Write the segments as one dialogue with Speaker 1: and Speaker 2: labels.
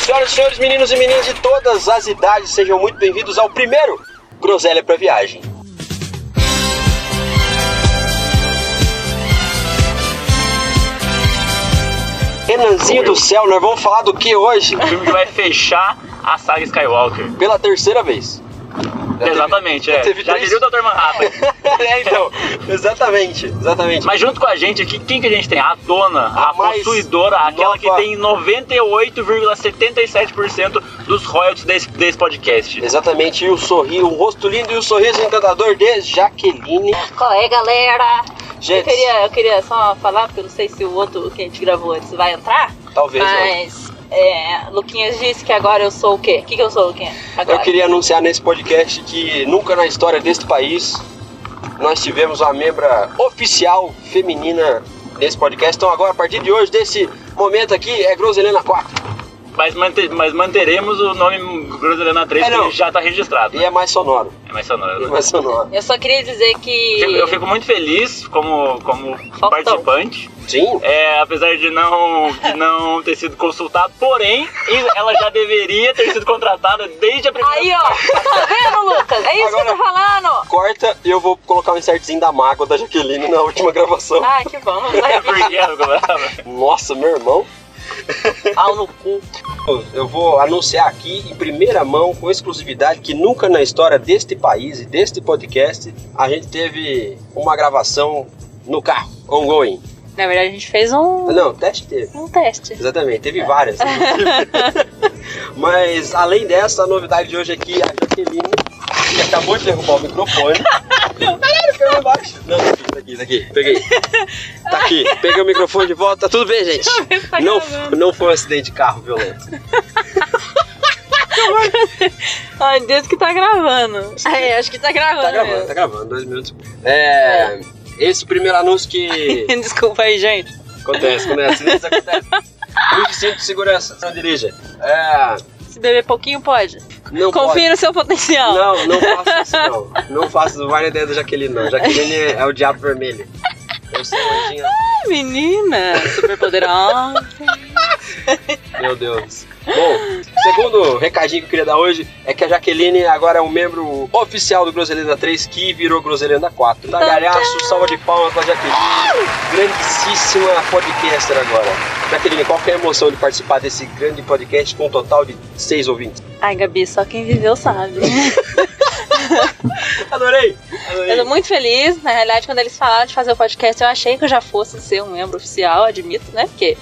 Speaker 1: senhores, meninos e meninas de todas as idades, sejam muito bem-vindos ao primeiro Groselha para Viagem. Renanzinho do céu, nós vamos falar do que hoje?
Speaker 2: O filme que vai fechar a saga Skywalker.
Speaker 1: Pela terceira vez.
Speaker 2: Exatamente, é.
Speaker 1: teve
Speaker 2: Já
Speaker 1: três.
Speaker 2: diria o Dr. Manhattan.
Speaker 1: é, então, exatamente, exatamente.
Speaker 2: Mas junto com a gente aqui, quem que a gente tem? A dona, a,
Speaker 1: A mais
Speaker 2: possuidora, aquela que
Speaker 1: nova.
Speaker 2: tem 98,77% dos royalties desse, desse podcast.
Speaker 1: Exatamente, e o sorriso, o rosto lindo e o sorriso encantador de Jaqueline.
Speaker 3: Qual é, galera? Eu
Speaker 1: Gente,
Speaker 3: queria, eu queria só falar, porque eu não sei se o outro que a gente gravou antes vai entrar,
Speaker 1: talvez
Speaker 3: Ah,
Speaker 1: não.
Speaker 3: mas é, Luquinhas disse que agora eu sou o quê? O que, que eu sou, Luquinhas? Agora.
Speaker 1: Eu queria anunciar nesse podcast que nunca na história deste país nós tivemos uma membra oficial feminina nesse podcast. Então agora, a partir de hoje, desse momento aqui, é Groselena 4.
Speaker 2: Mas, mante- mas manteremos o nome Groselana 3,
Speaker 1: É, não.
Speaker 2: que já está registrado.
Speaker 1: E é mais sonoro.
Speaker 2: É mais sonoro.
Speaker 1: É mais sonoro.
Speaker 3: Eu só queria dizer
Speaker 2: Fico-
Speaker 3: que...
Speaker 2: Eu fico muito feliz como, como
Speaker 1: um.
Speaker 2: participante,
Speaker 1: Sim.
Speaker 2: é, apesar de não, de não ter sido consultado, porém, ela já deveria ter sido contratada desde a primeira
Speaker 3: Aí, ó, tá vendo, Lucas? É isso que eu tô falando!
Speaker 1: Corta e eu vou colocar um insertzinho da mágoa da Jaqueline na última gravação.
Speaker 3: Ah, que bom, não vai
Speaker 2: É porque ela cobrava.
Speaker 1: Nossa, meu irmão.
Speaker 3: pau no cu.
Speaker 1: Eu vou anunciar aqui em primeira mão, com exclusividade, que nunca na história deste país e deste podcast a gente teve uma gravação no carro, ongoing.
Speaker 3: Na verdade, a gente fez um,
Speaker 1: Não, teste teve.
Speaker 3: um teste.
Speaker 1: Exatamente, teve várias. né? Mas além dessa, a novidade de hoje aqui é que a Jaqueline, que acabou de derrubar o microfone. Caiu embaixo. Não, isso aqui, isso aqui, peguei. Tá aqui, peguei o microfone de volta, tudo bem, gente.
Speaker 3: Tá
Speaker 1: Não,
Speaker 3: gravando.
Speaker 1: não foi um acidente de carro violento.
Speaker 3: Ai, Deus que tá gravando. É, acho que tá gravando.
Speaker 1: Tá gravando, tá gravando, dois minutos. É. Esse é o primeiro anúncio que
Speaker 3: mesmo. Desculpa aí, gente.
Speaker 1: acontece, quando é acidente, acontece. Use cinto de segurança, não dirija. É.
Speaker 3: Se beber pouquinho, pode.
Speaker 1: Não pode.
Speaker 3: Confie no seu potencial.
Speaker 1: Não, não faço isso não. Não faço, não vai na ideia da Jaqueline não. Jaqueline é, é o diabo vermelho. Eu sou um anjinho.
Speaker 3: Ai, menina, super poderosa.
Speaker 1: Meu Deus. Bom, segundo recadinho que eu queria dar hoje é que a Jaqueline agora é um membro oficial do Groselenda 3 que virou Groselenda 4. Tagalhaço, salva de palmas pra Jaqueline. Grandíssima podcaster agora. Jaqueline, qual que é a emoção de participar desse grande podcast com um total de seis ouvintes?
Speaker 3: Ai, Gabi, só quem viveu sabe.
Speaker 1: Adorei!
Speaker 3: Eu tô
Speaker 1: Adorei!
Speaker 3: muito feliz. Na realidade, quando eles falaram de fazer o podcast, eu achei que eu já fosse ser um membro oficial, admito, né? Porque,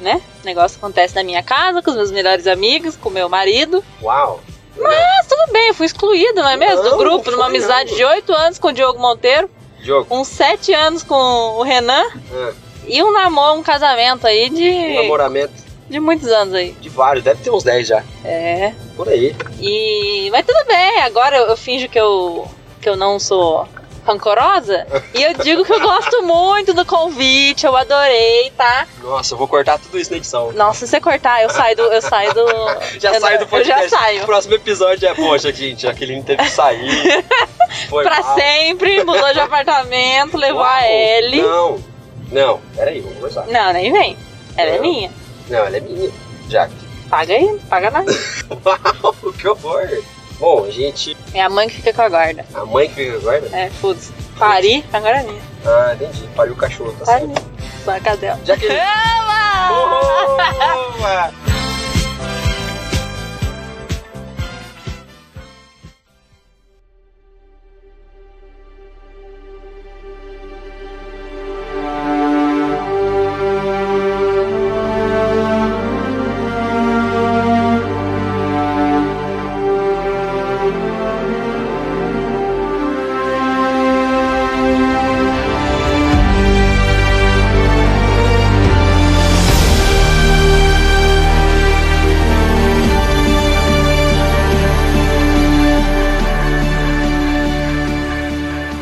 Speaker 3: né? O negócio acontece na minha casa, com os meus melhores amigos, com o meu marido.
Speaker 1: Uau!
Speaker 3: Mas tudo bem, eu fui excluída, não é mesmo?
Speaker 1: Não,
Speaker 3: Do grupo,
Speaker 1: não
Speaker 3: numa
Speaker 1: foi,
Speaker 3: amizade
Speaker 1: não.
Speaker 3: de 8 anos com o Diogo Monteiro,
Speaker 1: Diogo,
Speaker 3: uns 7 anos com o Renan
Speaker 1: ah,
Speaker 3: e um namoro, um casamento aí
Speaker 1: um
Speaker 3: de,
Speaker 1: namoramento
Speaker 3: de muitos anos aí.
Speaker 1: de vários, deve ter uns 10 já.
Speaker 3: É.
Speaker 1: Por aí.
Speaker 3: E mas tudo bem, agora eu, eu finjo que eu que eu não sou rancorosa e eu digo que eu gosto muito do convite, eu adorei, tá?
Speaker 1: Nossa, eu vou cortar tudo isso na edição.
Speaker 3: Nossa, se você cortar, eu saio do eu saio do
Speaker 1: Já
Speaker 3: eu,
Speaker 1: saio do podcast.
Speaker 3: Eu já saio.
Speaker 1: O próximo episódio é, poxa, gente, Jaqueline teve que sair. Foi
Speaker 3: Pra
Speaker 1: mal.
Speaker 3: sempre, mudou de apartamento, levou a
Speaker 1: Uau,
Speaker 3: Ellie.
Speaker 1: Não, não, peraí, vamos conversar.
Speaker 3: Não, nem vem. Ela é
Speaker 1: Não.
Speaker 3: minha.
Speaker 1: Não, ela é minha. Jaque.
Speaker 3: Paga aí, paga nada.
Speaker 1: Uau, que horror. Bom, a gente,
Speaker 3: É a mãe que fica com a guarda.
Speaker 1: a mãe que fica agora. né?
Speaker 3: É, foda-se. Pari, agora é minha.
Speaker 1: Ah, entendi, pariu o cachorro, tá
Speaker 3: Pari.
Speaker 1: certo.
Speaker 3: Só a cadela.
Speaker 1: Jaqueline. Boa!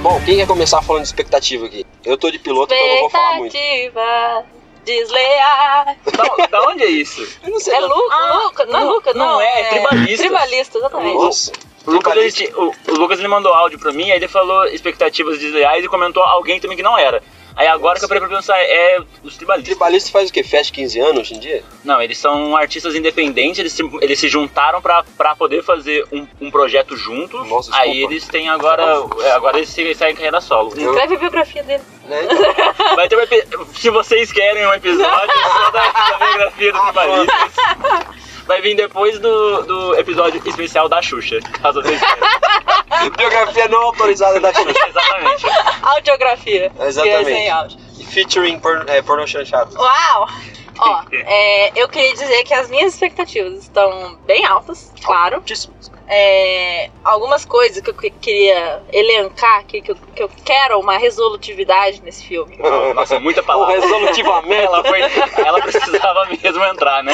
Speaker 1: Bom, quem quer começar falando de expectativa aqui? Eu tô de piloto, então eu não vou falar muito.
Speaker 3: Expectativa desleal.
Speaker 2: Da, da onde é isso?
Speaker 1: Eu não sei. né?
Speaker 3: É
Speaker 1: não.
Speaker 3: Luca,
Speaker 2: Ah,
Speaker 3: Luca, não é
Speaker 2: não-
Speaker 3: Luca, não.
Speaker 2: não é, tribalista.
Speaker 3: Tribalista, exatamente.
Speaker 1: Nossa,
Speaker 2: O Lucas, ele
Speaker 1: tribalista.
Speaker 2: te- o- o Lucas, ele mandou áudio pra mim, aí ele falou expectativas desleais e comentou alguém também que não era. Aí agora que eu parei pra pensar, é os tribalistas.
Speaker 1: Tribalista faz o quê? Festa 15 anos hoje em dia?
Speaker 2: Não, eles são artistas independentes, eles se, eles se juntaram pra, pra poder fazer um, um projeto juntos.
Speaker 1: Nossa,
Speaker 2: aí
Speaker 1: desculpa.
Speaker 2: eles têm agora. é, Agora eles se- saem em carreira solo.
Speaker 3: Escreve a biografia dele.
Speaker 1: Né? Então,
Speaker 2: Vai ter um epi- Se vocês querem um episódio só da, da biografia dos tribalistas. Vai vir depois do, do episódio especial da Xuxa, caso vocês queiram.
Speaker 1: biografia não autorizada da Xuxa.
Speaker 2: Exatamente.
Speaker 3: Audiografia. que é
Speaker 1: Exatamente.
Speaker 3: sem áudio.
Speaker 1: Featuring porno, é, porno chanchado.
Speaker 3: Uau! Ó, é, eu queria dizer que as minhas expectativas estão bem altas, claro. É, algumas coisas que eu que- queria elencar aqui, que eu, que eu quero uma resolutividade nesse filme.
Speaker 2: Nossa, é muita
Speaker 1: O
Speaker 2: palavra.
Speaker 1: resolutivamente
Speaker 2: Ela, foi, ela precisava mesmo entrar, né?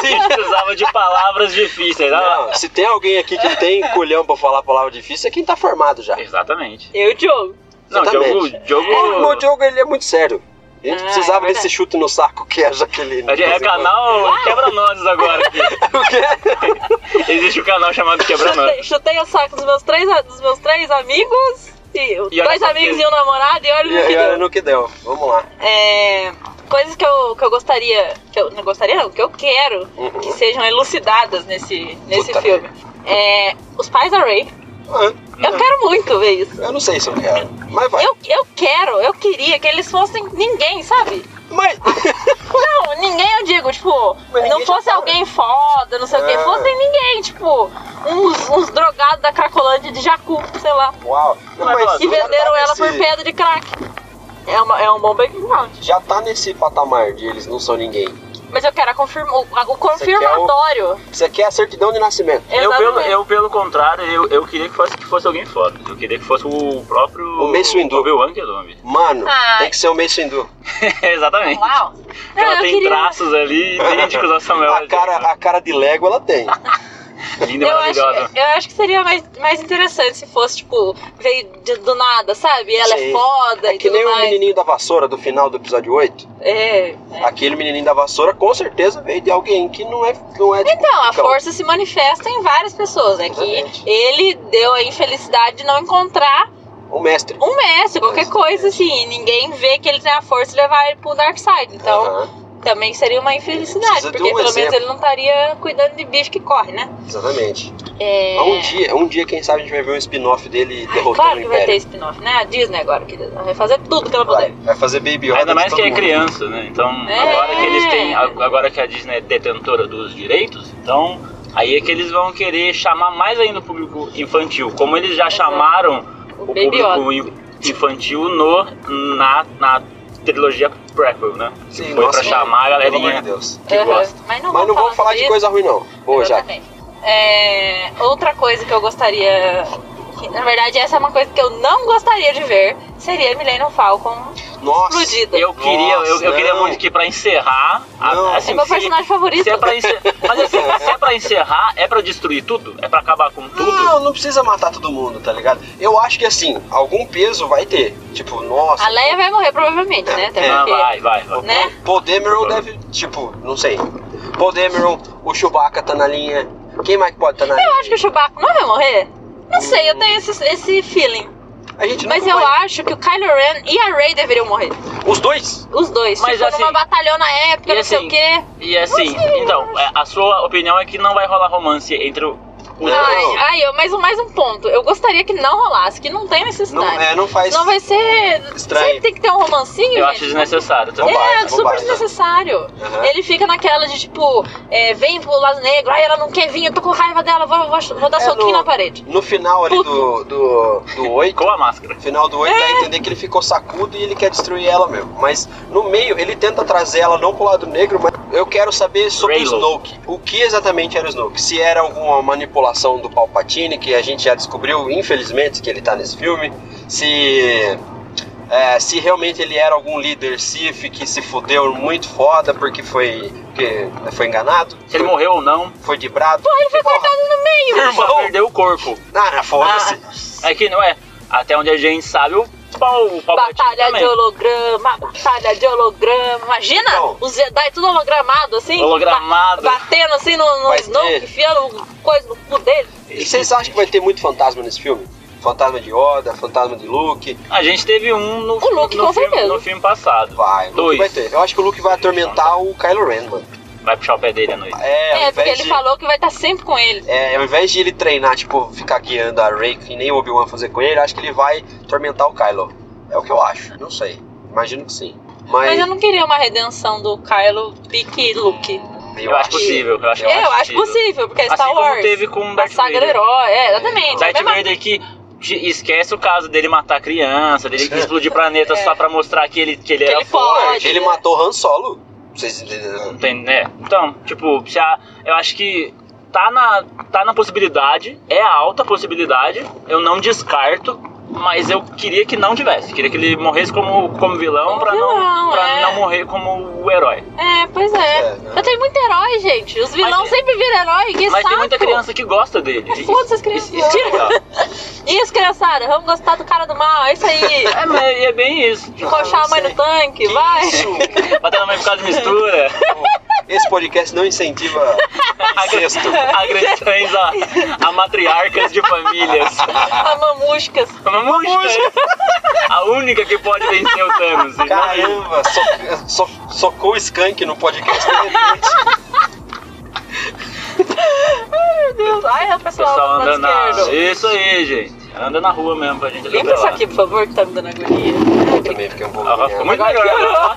Speaker 2: Precisava de palavras difíceis. Ela...
Speaker 1: Não, se tem alguém aqui que tem culhão pra falar palavra difícil, é quem tá formado já.
Speaker 2: Exatamente.
Speaker 3: Eu e o Diogo.
Speaker 2: Não, Diogo,
Speaker 1: Exatamente. O meu
Speaker 2: Diogo.
Speaker 1: Diogo, ele é muito sério. A gente
Speaker 3: Ah, é
Speaker 1: precisava
Speaker 3: verdade.
Speaker 1: desse chute no saco que é a Jaqueline.
Speaker 2: É, é canal Quebra-Nozes agora aqui.
Speaker 1: O quê?
Speaker 2: Existe um canal chamado Quebra-Nozes.
Speaker 3: Chutei, chutei o saco dos meus três, dos meus três amigos. E,
Speaker 2: olha
Speaker 3: dois
Speaker 2: só
Speaker 3: amigos
Speaker 2: que-
Speaker 3: e um namorado, e olha
Speaker 1: E
Speaker 3: no que
Speaker 1: aí,
Speaker 3: deu.
Speaker 1: no que deu. Vamos lá.
Speaker 3: É, coisas que eu, que eu gostaria, que eu não gostaria não, que eu quero
Speaker 1: Uhum.
Speaker 3: que sejam elucidadas nesse, nesse
Speaker 1: Puta
Speaker 3: filme. É, os pais da Ray.
Speaker 1: Ah,
Speaker 3: Eu quero muito ver isso.
Speaker 1: eu não sei se eu quero. Mas vai.
Speaker 3: Eu, eu quero, eu queria que eles fossem ninguém, sabe?
Speaker 1: Mas.
Speaker 3: Não, ninguém eu digo, tipo,
Speaker 1: Mas
Speaker 3: não
Speaker 1: ninguém
Speaker 3: fosse
Speaker 1: já tá,
Speaker 3: alguém foda, não sei o quê,
Speaker 1: Ah.
Speaker 3: fossem ninguém, tipo, uns, uns drogados da Cracolândia de Jacu, sei lá,
Speaker 1: Uau.
Speaker 2: Mas,
Speaker 1: Mas
Speaker 3: que
Speaker 1: já
Speaker 3: venderam
Speaker 1: tá
Speaker 3: ela
Speaker 1: nesse-
Speaker 3: por pedra de crack. É, uma, é um bom background.
Speaker 1: Já tá nesse patamar de eles não são ninguém.
Speaker 3: Mas eu quero a confirma, o, a- o
Speaker 1: Você quer o-
Speaker 3: confirmatório.
Speaker 1: Você quer é a certidão de nascimento.
Speaker 2: Eu pelo,
Speaker 3: Exatamente.
Speaker 2: eu, pelo contrário, eu, eu queria que fosse, que fosse alguém foda. Eu queria que fosse o próprio.
Speaker 1: O Mace Windu.
Speaker 2: Obi-Wan Kenobi.
Speaker 1: Mano,
Speaker 3: Ai.
Speaker 1: tem que ser o Mace Windu.
Speaker 2: Exatamente.
Speaker 3: Uau!
Speaker 2: Ela
Speaker 3: Ah, eu
Speaker 2: tem
Speaker 3: queria-
Speaker 2: traços ali idênticos a Samuel. é
Speaker 1: A
Speaker 2: L.
Speaker 1: cara, a cara de Lego ela tem.
Speaker 2: Jackson. Linda e
Speaker 3: Eu acho,
Speaker 2: maravilhosa.
Speaker 3: eu acho que seria mais, mais interessante se fosse, tipo, veio de- do nada, sabe? Ela
Speaker 1: Sim.
Speaker 3: é foda
Speaker 1: É
Speaker 3: e
Speaker 1: que
Speaker 3: tudo
Speaker 1: nem o
Speaker 3: mais.
Speaker 1: menininho da vassoura do final do episódio 8.
Speaker 3: É, é.
Speaker 1: Aquele menininho da vassoura com certeza veio de alguém que não é. Não é tipo,
Speaker 3: Então, a
Speaker 1: cão.
Speaker 3: força se manifesta em várias pessoas. É
Speaker 1: Exatamente.
Speaker 3: que ele deu a infelicidade de não encontrar
Speaker 1: O mestre.
Speaker 3: um mestre, qualquer coisa assim. e Ninguém vê que ele tem a força e levar ele pro Dark Side. Então,
Speaker 1: Aham,
Speaker 3: também seria uma infelicidade,
Speaker 1: Precisa de
Speaker 3: porque
Speaker 1: um
Speaker 3: pelo menos
Speaker 1: exemplo.
Speaker 3: ele não estaria cuidando de bicho que corre, né?
Speaker 1: exatamente.
Speaker 3: É.
Speaker 1: Um dia, um dia, quem sabe, a gente vai ver um spin-off dele
Speaker 3: Ai,
Speaker 1: derrotando
Speaker 3: claro
Speaker 1: o
Speaker 3: que vai ter né?
Speaker 1: Império.
Speaker 3: spin-off, né? A Disney agora, querida. Ela Vai fazer tudo que ela
Speaker 1: Vai,
Speaker 3: puder.
Speaker 1: vai fazer baby Yoda
Speaker 2: Ainda
Speaker 1: de
Speaker 2: mais
Speaker 1: todo
Speaker 2: que é
Speaker 1: mundo.
Speaker 2: criança, né? Então,
Speaker 3: É.
Speaker 2: agora que eles têm. Agora que a Disney é detentora dos direitos, então aí é que eles vão querer chamar mais ainda o público infantil. Como eles já
Speaker 3: Exato.
Speaker 2: chamaram
Speaker 3: O
Speaker 2: o
Speaker 3: Baby Yoda.
Speaker 2: público in- infantil no, na, na trilogia prequel, né?
Speaker 1: Sim,
Speaker 2: Foi
Speaker 1: nossa,
Speaker 2: pra chamar
Speaker 1: Pelo
Speaker 2: a
Speaker 1: amor de
Speaker 2: galerinha
Speaker 1: Deus.
Speaker 2: que
Speaker 3: Aham.
Speaker 2: gosta.
Speaker 3: Mas não,
Speaker 1: Mas não vamos
Speaker 3: vamos
Speaker 1: falar de
Speaker 3: sobre
Speaker 1: coisa ruim, não. Boa, já.
Speaker 3: Exatamente. É, outra coisa que eu gostaria. que, na verdade, essa é uma coisa que eu não gostaria de ver. Seria Millennium Falcon
Speaker 1: Nossa.
Speaker 3: explodida.
Speaker 2: Eu queria, eu,
Speaker 1: Nossa,
Speaker 2: eu queria
Speaker 1: não.
Speaker 2: muito que pra encerrar. a-
Speaker 1: Não.
Speaker 2: assim,
Speaker 3: é meu
Speaker 2: se-
Speaker 3: personagem favorito.
Speaker 2: se é pra encerrar. Mas assim, se é pra encerrar, é pra destruir tudo? É pra acabar com tudo?
Speaker 1: Não, não precisa matar todo mundo, tá ligado? Eu acho que assim, algum peso vai ter. Tipo, nossa.
Speaker 3: A Leia vai morrer, provavelmente, né? Até
Speaker 1: É.
Speaker 2: Ah,
Speaker 3: porque-
Speaker 2: vai, vai, vai.
Speaker 3: né?
Speaker 1: Paul Dameron deve, tipo, não sei. Paul Dameron, o Chewbacca tá na linha. Quem mais que pode tá na linha?
Speaker 3: Eu acho que o Chewbacca não vai morrer. Não sei, eu tenho esse, esse feeling.
Speaker 1: A gente
Speaker 3: Mas
Speaker 1: nunca
Speaker 3: eu
Speaker 1: vai-
Speaker 3: acho que o Kylo Ren e a Rey deveriam morrer.
Speaker 1: Os dois?
Speaker 3: Os dois.
Speaker 2: Mas
Speaker 3: tipo, numa
Speaker 2: assim-
Speaker 3: batalhão na época,
Speaker 2: e
Speaker 3: não sei
Speaker 2: assim,
Speaker 3: o quê.
Speaker 2: E assim, então, é, a sua opinião é que não vai rolar romance entre o. o-
Speaker 1: Não.
Speaker 3: Ai, ai, eu- mais, um, mais um ponto. Eu gostaria que não rolasse, que não tem
Speaker 1: Não,
Speaker 3: necessidade.
Speaker 1: é, não faz.
Speaker 3: Não vai ser.
Speaker 1: Estranho.
Speaker 3: Sempre tem que ter um romancinho,
Speaker 2: eu
Speaker 3: gente.
Speaker 2: acho desnecessário tá? também.
Speaker 1: Bobagem,
Speaker 3: É, super
Speaker 1: bobagem.
Speaker 3: desnecessário.
Speaker 1: Aham.
Speaker 3: Ele fica naquela de tipo, é, vem pro lado negro, ai ela não quer vir, eu tô com raiva dela, vou, vou, vou dar
Speaker 1: É,
Speaker 3: soquinho
Speaker 1: no-
Speaker 3: na parede.
Speaker 1: No final ali do, do, do 8.
Speaker 2: Com a máscara.
Speaker 1: Final do 8 dá a entender que ele ficou sacudo e ele quer destruir ela mesmo. Mas no meio ele tenta trazer ela não pro lado negro, mas eu quero saber sobre o
Speaker 2: Raylo.
Speaker 1: Snoke. O que exatamente era o Snoke? Se era alguma manipulação do Palpatine, que a gente já descobriu, infelizmente, que ele tá nesse filme. Se. é, se realmente ele era algum líder Sith que se fudeu muito foda porque foi, porque foi enganado,
Speaker 2: Se ele morreu ou não,
Speaker 1: foi de brado. Porra, ele foi cortado
Speaker 2: ele só perdeu o corpo.
Speaker 1: Ah, foda-se.
Speaker 2: É que não é. Até onde a gente sabe, o pau. O pau
Speaker 3: Batalha de holograma, batalha de holograma. Imagina
Speaker 1: Então.
Speaker 3: os Jedi tudo hologramado assim.
Speaker 2: Hologramado.
Speaker 3: ba- batendo assim no, no
Speaker 1: Vai
Speaker 2: é.
Speaker 3: Snoke,
Speaker 1: ter.
Speaker 3: enfiando coisa no cu dele.
Speaker 1: E vocês acham que vai ter muito fantasma nesse filme? Fantasma de Oda, Fantasma de Luke.
Speaker 2: A gente teve um no,
Speaker 3: O Luke,
Speaker 2: no,
Speaker 3: com
Speaker 2: filme,
Speaker 3: certeza.
Speaker 2: no filme passado.
Speaker 1: Vai, o Luke
Speaker 2: Dois.
Speaker 1: vai ter. Eu acho que o Luke vai atormentar o Kylo Ren, mano.
Speaker 2: Vai puxar o pé dele à noite.
Speaker 1: É, ao
Speaker 3: É, porque
Speaker 1: invés
Speaker 3: ele
Speaker 1: de,
Speaker 3: falou que vai estar sempre com ele.
Speaker 1: é, ao invés de ele treinar, tipo, ficar guiando a Rey, que nem o Obi-Wan fazer com ele, acho que ele vai atormentar o Kylo. É o que eu acho, não sei. Imagino que sim. Mas,
Speaker 3: Mas eu não queria uma redenção do Kylo pique Luke.
Speaker 1: Hum,
Speaker 2: Eu acho possível, eu acho
Speaker 3: Eu, acho, possível, porque é Star
Speaker 2: assim
Speaker 3: Wars.
Speaker 2: como teve com o
Speaker 3: a
Speaker 2: Darth
Speaker 3: saga do
Speaker 2: Vader.
Speaker 3: herói, é, exatamente.
Speaker 2: Darth
Speaker 3: a mesma-
Speaker 2: Vader que de- esquece o caso dele matar criança, dele explodir planeta
Speaker 3: É.
Speaker 2: só pra mostrar que ele, que ele
Speaker 3: Que
Speaker 2: era
Speaker 3: ele
Speaker 2: forte.
Speaker 1: Pô,
Speaker 3: pode,
Speaker 1: ele
Speaker 3: né?
Speaker 1: matou Han Solo. Vocês entenderam?
Speaker 2: Entende? É. Então, tipo, se a- eu acho que tá na, tá na possibilidade, é a alta possibilidade, eu não descarto, mas eu queria que não tivesse. Queria que ele morresse como, como vilão
Speaker 3: Como
Speaker 2: pra, não,
Speaker 3: vilão,
Speaker 2: pra
Speaker 3: é.
Speaker 2: não morrer como o herói.
Speaker 3: É, pois é.
Speaker 1: É, né?
Speaker 3: Eu tenho muito herói, gente. Os vilões
Speaker 2: Mas- é.
Speaker 3: sempre viram herói, que
Speaker 2: mas
Speaker 3: saco.
Speaker 2: tem muita criança que gosta dele.
Speaker 3: É, Foda-se as crianças.
Speaker 2: Isso- isso que é legal.
Speaker 3: Isso, criançada, vamos gostar do cara do mal, é isso aí.
Speaker 2: É, mas é bem isso.
Speaker 3: Encoxar a mãe no tanque,
Speaker 1: Que
Speaker 3: vai.
Speaker 1: isso?
Speaker 2: Bater na mãe por causa de mistura.
Speaker 1: Esse podcast não incentiva incesto.
Speaker 2: agressões a, a matriarcas de famílias.
Speaker 3: A mamuscas.
Speaker 2: Uma murcha. A única que pode vencer o Thanos. e não eu.
Speaker 1: Caramba, so, so, socou o skunk no podcast.
Speaker 3: Ai, meu Deus. Ai, o
Speaker 2: O
Speaker 3: pessoal,
Speaker 2: pessoal
Speaker 3: do
Speaker 2: anda na.
Speaker 3: lado esquerdo.
Speaker 2: Isso aí, gente. Anda na rua mesmo pra gente
Speaker 3: Limpa isso
Speaker 2: atropelar.
Speaker 3: aqui, por favor, que tá me dando agonia.
Speaker 1: Eu também fiquei um pouco.
Speaker 2: Ah, ficou muito
Speaker 3: Agora
Speaker 2: melhor.
Speaker 3: piorou.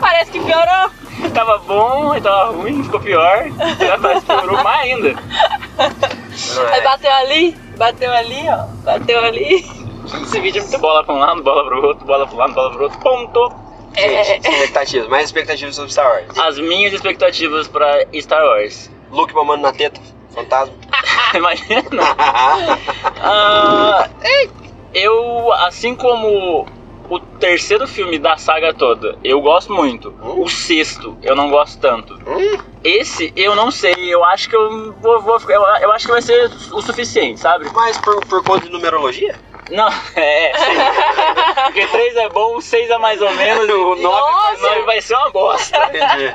Speaker 3: Parece que piorou.
Speaker 2: né? Tava bom, aí tava ruim, ficou pior. Mas piorou mais ainda.
Speaker 1: Não
Speaker 3: Aí
Speaker 1: é.
Speaker 3: bateu ali, bateu ali, ó. Bateu ali. Esse vídeo é muito bom.
Speaker 2: Bola pra um lado, bola pro outro, bola pro lado, bola pro outro. Ponto.
Speaker 3: É.
Speaker 1: Gente, expectativas. Mais expectativas sobre Star Wars.
Speaker 2: As minhas expectativas pra Star Wars.
Speaker 1: Luke mamando na teta. Fantasma.
Speaker 2: Imagina. Ah, é, eu, assim como o terceiro filme da saga toda, eu gosto muito.
Speaker 1: Hum.
Speaker 2: O sexto, eu não gosto tanto.
Speaker 1: Hum.
Speaker 2: Esse, eu não sei. Eu acho que eu vou, vou eu, eu acho que vai ser o suficiente, sabe?
Speaker 1: Mas por, por conta de numerologia?
Speaker 2: Não, é. sim. Porque três é bom, seis é mais ou menos.
Speaker 1: O nove.
Speaker 3: Nossa!
Speaker 2: Nove vai ser uma bosta.
Speaker 1: Entendi.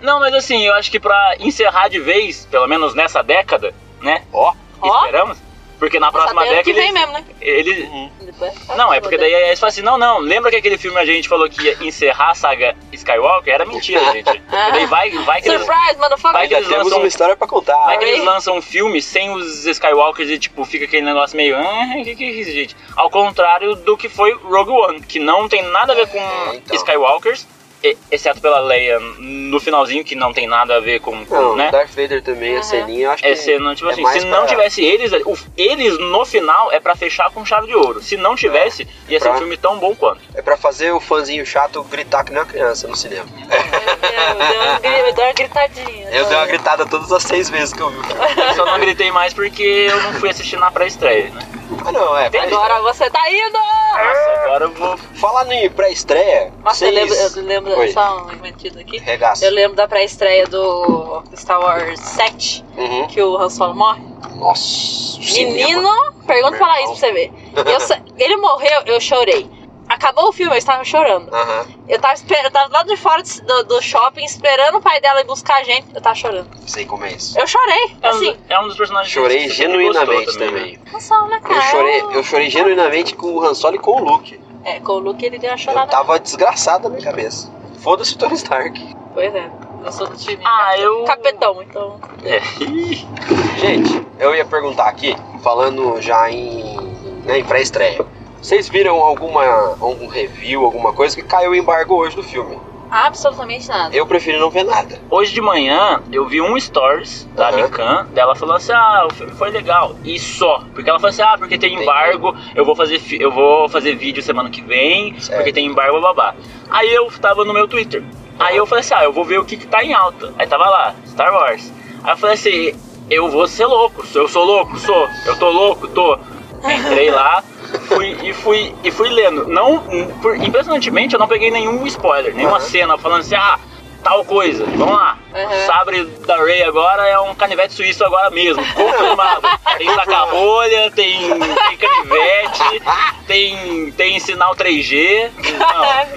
Speaker 2: Não, mas assim, eu acho que pra encerrar de vez, pelo menos nessa década, né?
Speaker 1: Ó.
Speaker 3: Ó.
Speaker 2: Esperamos. Porque na
Speaker 3: Nossa,
Speaker 2: próxima
Speaker 3: até
Speaker 1: é
Speaker 3: ano que
Speaker 2: década eles,
Speaker 3: vem mesmo, né?
Speaker 2: eles,
Speaker 1: Uhum.
Speaker 3: Depois-
Speaker 2: Não, é porque daí eles falam assim, não, não, lembra que aquele filme a gente falou que ia encerrar a saga Skywalker? Era mentira, gente. Porque daí vai,
Speaker 1: é
Speaker 2: vai, que eles,
Speaker 3: Surprise,
Speaker 2: Vai
Speaker 3: motherfucker!
Speaker 2: que-
Speaker 1: Ainda
Speaker 2: eles
Speaker 1: temos
Speaker 2: lançam-
Speaker 1: uma história pra
Speaker 2: vai
Speaker 1: contar.
Speaker 2: que eles lançam um filme sem os Skywalkers e tipo, fica aquele negócio meio, ah, que que é isso, gente? Ao contrário do que foi Rogue One, que não tem nada a ver com
Speaker 1: É, então.
Speaker 2: Skywalkers, e- exceto pela Leia no finalzinho, que não tem nada a ver com, com,
Speaker 1: Não,
Speaker 2: né?
Speaker 1: Darth Vader também, a
Speaker 3: Aham.
Speaker 1: ceninha, eu acho
Speaker 2: É
Speaker 1: que.
Speaker 2: cena, tipo
Speaker 1: é
Speaker 2: assim,
Speaker 1: mais
Speaker 2: se não
Speaker 1: pra-
Speaker 2: tivesse eles, o- eles no final é pra fechar com chave de ouro. Se não tivesse, ia
Speaker 1: É,
Speaker 2: ser
Speaker 1: Pra-
Speaker 2: um filme tão bom quanto.
Speaker 1: É pra fazer o fãzinho chato gritar que nem uma criança no cinema.
Speaker 3: Eu dei- Eu dei uma gritadinha.
Speaker 1: Eu dei uma gritada todas as seis vezes que eu vi o filme.
Speaker 2: Eu só não gritei mais porque eu não fui assistir na pré-estreia, né?
Speaker 1: Ah, não, é. pra-
Speaker 3: Agora você tá indo!
Speaker 2: Nossa, agora eu vou.
Speaker 1: Falando em pré-estreia.
Speaker 3: Nossa, eu lembro,
Speaker 1: vocês-
Speaker 3: eu lembro
Speaker 1: Oi.
Speaker 3: só um metido aqui.
Speaker 1: Regaço.
Speaker 3: Eu lembro da pré-estreia do Star Wars 7,
Speaker 1: Uhum.
Speaker 3: que o Han Solo morre.
Speaker 1: Nossa. cinema.
Speaker 3: Menino, pergunta pra Laís pra você ver. Eu sa- ele morreu, eu chorei. Acabou o filme, eu estava chorando.
Speaker 1: Aham.
Speaker 3: Eu tava, esper- eu tava lá de fora do- do, do shopping, esperando o pai dela ir buscar a gente. Eu tava chorando.
Speaker 1: Sei como é isso.
Speaker 3: Eu chorei,
Speaker 2: É um,
Speaker 3: assim.
Speaker 2: é um dos personagens
Speaker 1: Chorei
Speaker 2: que você sempre gostou
Speaker 1: genuinamente também.
Speaker 3: Han Solo, né, cara?
Speaker 1: Eu chorei, eu chorei genuinamente com o Han Solo e com o Luke.
Speaker 3: É, com o Luke ele deu uma
Speaker 1: Eu
Speaker 3: chorada.
Speaker 1: tava desgraçado na minha cabeça. Foda-se o Tony Stark.
Speaker 3: Pois é, eu sou do time.
Speaker 2: Ah,
Speaker 3: capitão-
Speaker 2: eu-
Speaker 3: Capetão, então.
Speaker 2: É.
Speaker 1: Gente, eu ia perguntar aqui, falando já em, né, em pré-estreia. Vocês viram alguma algum review, alguma coisa que caiu o embargo hoje do filme?
Speaker 3: Absolutamente nada.
Speaker 1: Eu prefiro não ver nada.
Speaker 2: Hoje de manhã eu vi um stories da
Speaker 1: Aham.
Speaker 2: Mikan dela falando assim: ah, o filme foi legal. E só. Porque ela falou assim: ah, porque tem
Speaker 1: Entendi.
Speaker 2: embargo, eu vou fazer, fi- eu vou fazer vídeo semana que vem,
Speaker 1: Certo.
Speaker 2: porque tem embargo, babá. Aí eu tava no meu Twitter. Aí eu falei assim: ah, eu vou ver o que, que tá em alta. Aí tava lá, Star Wars. Aí eu falei assim: eu vou ser louco, eu sou louco, sou, eu tô louco, tô. Entrei lá. Fui, e, fui, e fui lendo. Não, por- impressionantemente, eu não peguei nenhum spoiler, nenhuma
Speaker 1: Aham.
Speaker 2: cena falando assim, ah, tal coisa. Vamos lá.
Speaker 3: Uhum.
Speaker 2: O sabre da Ray agora é um canivete suíço agora mesmo. Confirmado. tem saca-rolha, tem, tem canivete, tem, tem sinal 3G.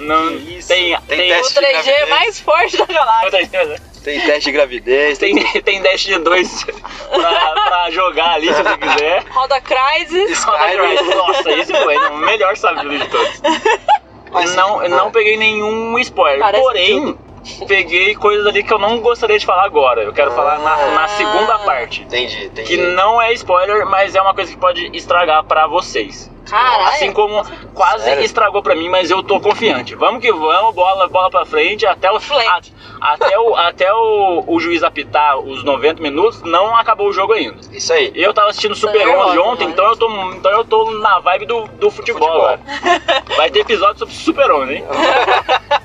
Speaker 2: Não, não
Speaker 1: Que isso.
Speaker 2: tem,
Speaker 1: Tem
Speaker 2: tem,
Speaker 1: teste.
Speaker 3: O
Speaker 1: Esse
Speaker 3: 3G
Speaker 1: gravidez.
Speaker 3: mais forte da galáxia.
Speaker 2: outra coisa.
Speaker 1: Tem teste de gravidez,
Speaker 2: Tem, tem dash de 2 pra, pra jogar ali se você quiser.
Speaker 3: Roda Crisis.
Speaker 2: Só da Drive. Nossa, esse foi o melhor sábado de todos.
Speaker 1: Mas- ah.
Speaker 2: não, eu não peguei nenhum spoiler.
Speaker 3: Parece
Speaker 2: Porém, peguei coisas ali que eu não gostaria de falar agora. Eu quero falar na, na segunda parte.
Speaker 1: Ah, Entendi, entendi.
Speaker 2: Que não é spoiler, mas é uma coisa que pode estragar pra vocês.
Speaker 3: Caralho.
Speaker 2: Assim como quase
Speaker 1: Ah, é? Sério?
Speaker 2: estragou pra mim, mas eu tô confiante. Vamos que vamos, bola, bola pra frente, até o a,
Speaker 3: Frente.
Speaker 2: até o até o, o juiz apitar os 90 minutos, não acabou o jogo ainda.
Speaker 1: Isso aí.
Speaker 2: Eu tava assistindo Super 11
Speaker 3: Tá nervosa,
Speaker 2: ontem,
Speaker 3: né?
Speaker 2: então eu tô então eu tô na vibe do, do futebol,
Speaker 1: Futebol.
Speaker 2: agora. Vai ter episódio sobre Super 11, hein? Ah,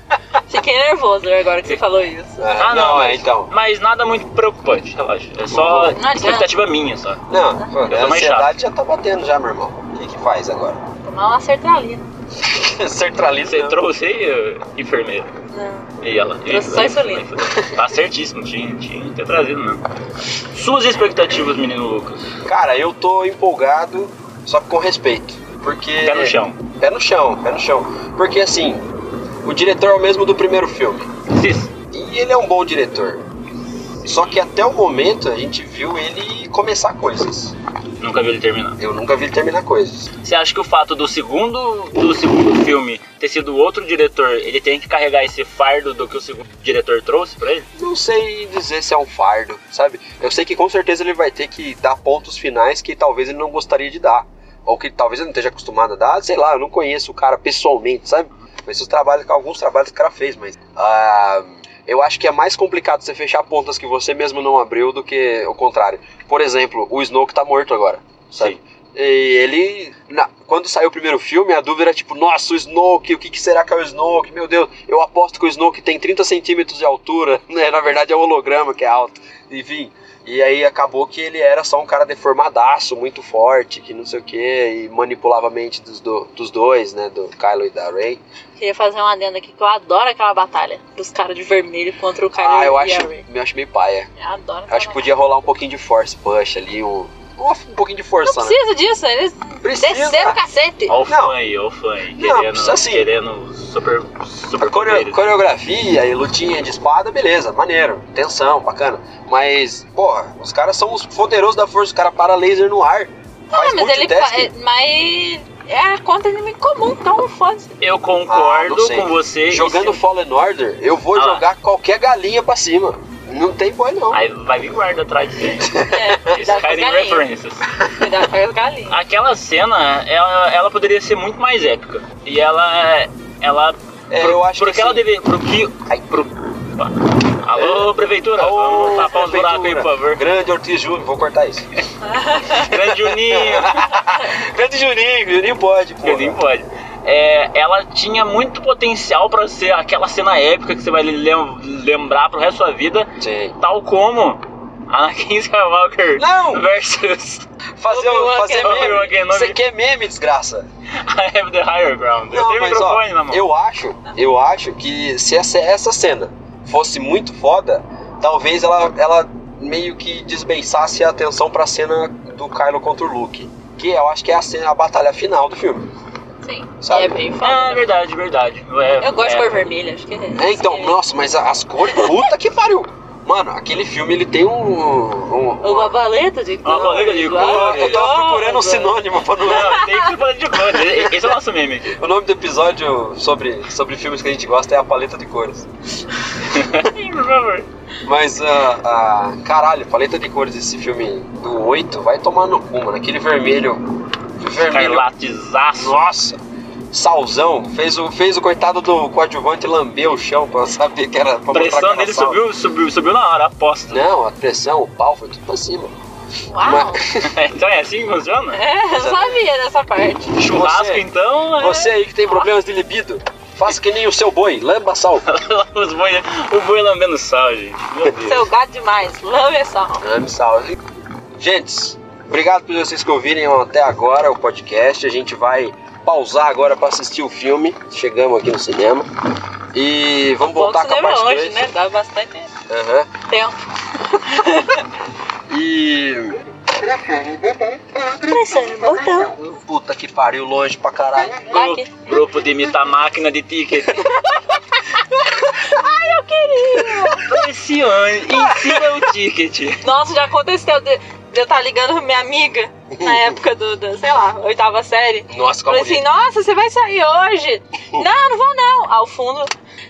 Speaker 3: Fiquei nervoso agora que você falou isso.
Speaker 1: Ah, não, é, então. Uhum.
Speaker 2: Mas nada muito preocupante, relaxa. É só
Speaker 3: Não adianta.
Speaker 2: expectativa minha, só.
Speaker 1: Não, pô, a
Speaker 2: tô mais
Speaker 1: ansiedade já tá batendo já, meu irmão. O que que faz agora?
Speaker 3: Tomar uma sertralina.
Speaker 1: Sertralina.
Speaker 2: Você trouxe aí, eh, enfermeira?
Speaker 3: Não.
Speaker 2: E ela.
Speaker 3: Trouxe só
Speaker 2: e-
Speaker 3: insulina.
Speaker 2: Tá certíssimo, tinha, tinha que ter trazido, não. Suas expectativas, menino Lucas.
Speaker 1: Cara, eu tô empolgado, só que com respeito. Porque.
Speaker 2: Pé no chão.
Speaker 1: Pé no chão, pé no chão. Porque assim, o diretor é o mesmo do primeiro filme.
Speaker 2: Cis,
Speaker 1: E ele é um bom diretor. Só que até o momento a gente viu ele começar coisas.
Speaker 2: nunca vi ele terminar.
Speaker 1: Eu nunca vi ele terminar coisas.
Speaker 2: Você acha que o fato do segundo, do segundo filme ter sido outro diretor, ele tem que carregar esse fardo do que o segundo diretor trouxe pra ele?
Speaker 1: Não sei dizer se é um fardo, sabe? Eu sei que com certeza ele vai ter que dar pontos finais que talvez ele não gostaria de dar. Ou que talvez ele não esteja acostumado a dar, sei lá, eu não conheço o cara pessoalmente, sabe? Conheço os trabalhos, alguns trabalhos que o cara fez, mas. ah, eu acho que é mais complicado você fechar pontas que você mesmo não abriu do que o contrário. Por exemplo, o Snoke tá morto agora, sabe? E ele. na- quando saiu o primeiro filme, a dúvida era tipo, nossa, o Snoke, o que, que será que é o Snoke? Meu Deus, eu aposto que o Snoke tem 30 centímetros de altura, né? Na verdade é o holograma que é alto. Enfim. E aí acabou que ele era só um cara deformadaço, muito forte, que não sei o que, e manipulava a mente dos, do- dos dois, né? Do Kylo e da Rey.
Speaker 3: Queria fazer um adendo aqui que eu adoro aquela batalha dos caras de vermelho contra o cara
Speaker 1: Ah, eu
Speaker 3: de
Speaker 1: acho,
Speaker 3: Ray.
Speaker 1: eu acho meio paia.
Speaker 3: Eu adoro.
Speaker 1: Eu
Speaker 3: essa
Speaker 1: acho que
Speaker 3: batalha.
Speaker 1: podia rolar um pouquinho de force push ali, um, um pouquinho de
Speaker 3: Não
Speaker 1: força, né?
Speaker 3: precisa disso, eles desceram o cacete.
Speaker 2: Ó o
Speaker 1: Não.
Speaker 2: fã aí, ó o fã aí,
Speaker 1: Não,
Speaker 2: querendo,
Speaker 1: assim-
Speaker 2: querendo super,
Speaker 1: A
Speaker 2: super
Speaker 1: coreo-
Speaker 2: poderes.
Speaker 1: coreografia e lutinha de espada, beleza, maneiro, tensão, bacana. Mas, porra, os caras são os poderosos da força, o cara para laser no ar.
Speaker 3: Ah,
Speaker 1: faz
Speaker 3: mas ele
Speaker 1: multitasking.
Speaker 3: fa- é- Mas é a conta inimigo comum, então foda-se.
Speaker 2: Eu
Speaker 1: Ah,
Speaker 2: concordo
Speaker 1: não sei.
Speaker 2: com
Speaker 3: é-
Speaker 2: você. e
Speaker 1: Jogando
Speaker 2: se-
Speaker 1: Fallen Order, eu vou
Speaker 2: Ah.
Speaker 1: jogar qualquer galinha pra cima. Não tem boi, não.
Speaker 2: Aí vai vir guarda atrás de você.
Speaker 3: É, cuidado com as
Speaker 2: Skyrim
Speaker 3: galinhas.
Speaker 2: References.
Speaker 3: Cuidado com as galinhas.
Speaker 2: Aquela cena, ela, ela poderia ser muito mais épica. E ela. ela
Speaker 1: É, eu acho
Speaker 2: porque
Speaker 1: que
Speaker 2: ela
Speaker 1: sim. É.
Speaker 2: deveria. Pro que.
Speaker 1: Ai. tá
Speaker 2: Pro, Alô, prefeitura,
Speaker 1: Ô,
Speaker 2: vamos tapar os buracos aí, por favor.
Speaker 1: é Grande Ortiz Júnior, vou cortar isso.
Speaker 2: Grande Juninho.
Speaker 1: Grande Juninho, Juninho pode, pô. né?
Speaker 2: Eu nem pode. É, ela tinha muito potencial pra ser aquela cena épica que você vai lem- lembrar pro resto da sua vida,
Speaker 1: Sim.
Speaker 2: tal como Anakin Skywalker
Speaker 1: Não!
Speaker 2: versus
Speaker 1: Fazer, um-
Speaker 3: Obi-Wan
Speaker 1: fazer
Speaker 2: Kenobi. Obi-Wan
Speaker 1: meme.
Speaker 2: Kenobi.
Speaker 1: Você quer meme, desgraça?
Speaker 2: I Have the Higher Ground. eu
Speaker 1: Não,
Speaker 2: tenho
Speaker 1: mas,
Speaker 2: microfone
Speaker 1: ó,
Speaker 2: na mão.
Speaker 1: Eu acho, eu acho que se essa, essa cena fosse muito foda, talvez ela, ela meio que desbençasse a atenção pra cena do Kylo contra o Luke. Que eu acho que é a, cena, a batalha final do filme.
Speaker 3: Sim.
Speaker 1: Sabe?
Speaker 3: É bem
Speaker 2: Ah,
Speaker 3: foda.
Speaker 2: verdade, verdade. É,
Speaker 3: Eu gosto
Speaker 2: é.
Speaker 3: de cor vermelha, acho que é.
Speaker 1: É, então,
Speaker 3: é.
Speaker 1: nossa, mas a- as cores. Puta que pariu! Mano, aquele filme ele tem um. um- um-
Speaker 3: Uma valeta de
Speaker 2: Uma valeta Ah, de
Speaker 1: eu,
Speaker 2: cor.
Speaker 1: eu tava procurando um sinônimo pra não.
Speaker 2: Não, tem que falar de banda. Esse é o nosso meme.
Speaker 1: O nome do episódio sobre, sobre filmes que a gente gosta é A Paleta de Cores.
Speaker 2: Sim, por favor.
Speaker 1: Mas, ah, ah, caralho, paleta de cores desse filme do 8 vai tomar no cu, mano. Aquele vermelho. Vermelho.
Speaker 2: Carlatizaço.
Speaker 1: Nossa! Salzão. Fez o, fez o coitado do coadjuvante lamber o chão pra saber que era. Pra mostrar
Speaker 2: A
Speaker 1: que
Speaker 2: pressão
Speaker 1: era
Speaker 2: dele
Speaker 1: sal.
Speaker 2: subiu, subiu, subiu na hora, aposta.
Speaker 3: Né?
Speaker 1: Não, a pressão, o pau foi tudo pra cima.
Speaker 3: Uau!
Speaker 2: Então é assim que funciona?
Speaker 3: É, eu sabia dessa parte.
Speaker 2: Churrasco,
Speaker 1: Você-
Speaker 2: então. é-
Speaker 1: Você aí que tem problemas de libido, faça que nem o seu boi, lamba sal.
Speaker 2: Os boi, o boi lambendo sal, gente. Meu Deus.
Speaker 3: Seu gato demais, lame essa alma.
Speaker 1: Lame sal. Gente, obrigado por vocês que ouvirem até agora o podcast. A gente vai pausar agora pra assistir o filme. Chegamos aqui no cinema. E vamos
Speaker 3: Bom
Speaker 1: voltar com a
Speaker 3: cinema
Speaker 1: parte
Speaker 3: hoje,
Speaker 1: 2.
Speaker 3: né? Dá bastante
Speaker 1: Aham.
Speaker 3: tempo.
Speaker 1: E.
Speaker 3: Pressione o botão.
Speaker 1: Puta que pariu, longe pra caralho.
Speaker 3: Vai aqui.
Speaker 2: Grupo, grupo de imitar máquina de ticket.
Speaker 3: Eu queria
Speaker 2: Pressione, ensina o ticket.
Speaker 3: Nossa, já aconteceu de, de eu estar ligando pra minha amiga na época do, do, sei lá, oitava série.
Speaker 1: Nossa, como
Speaker 3: Falei assim, nossa, você vai sair hoje? não, não vou não. Ao fundo,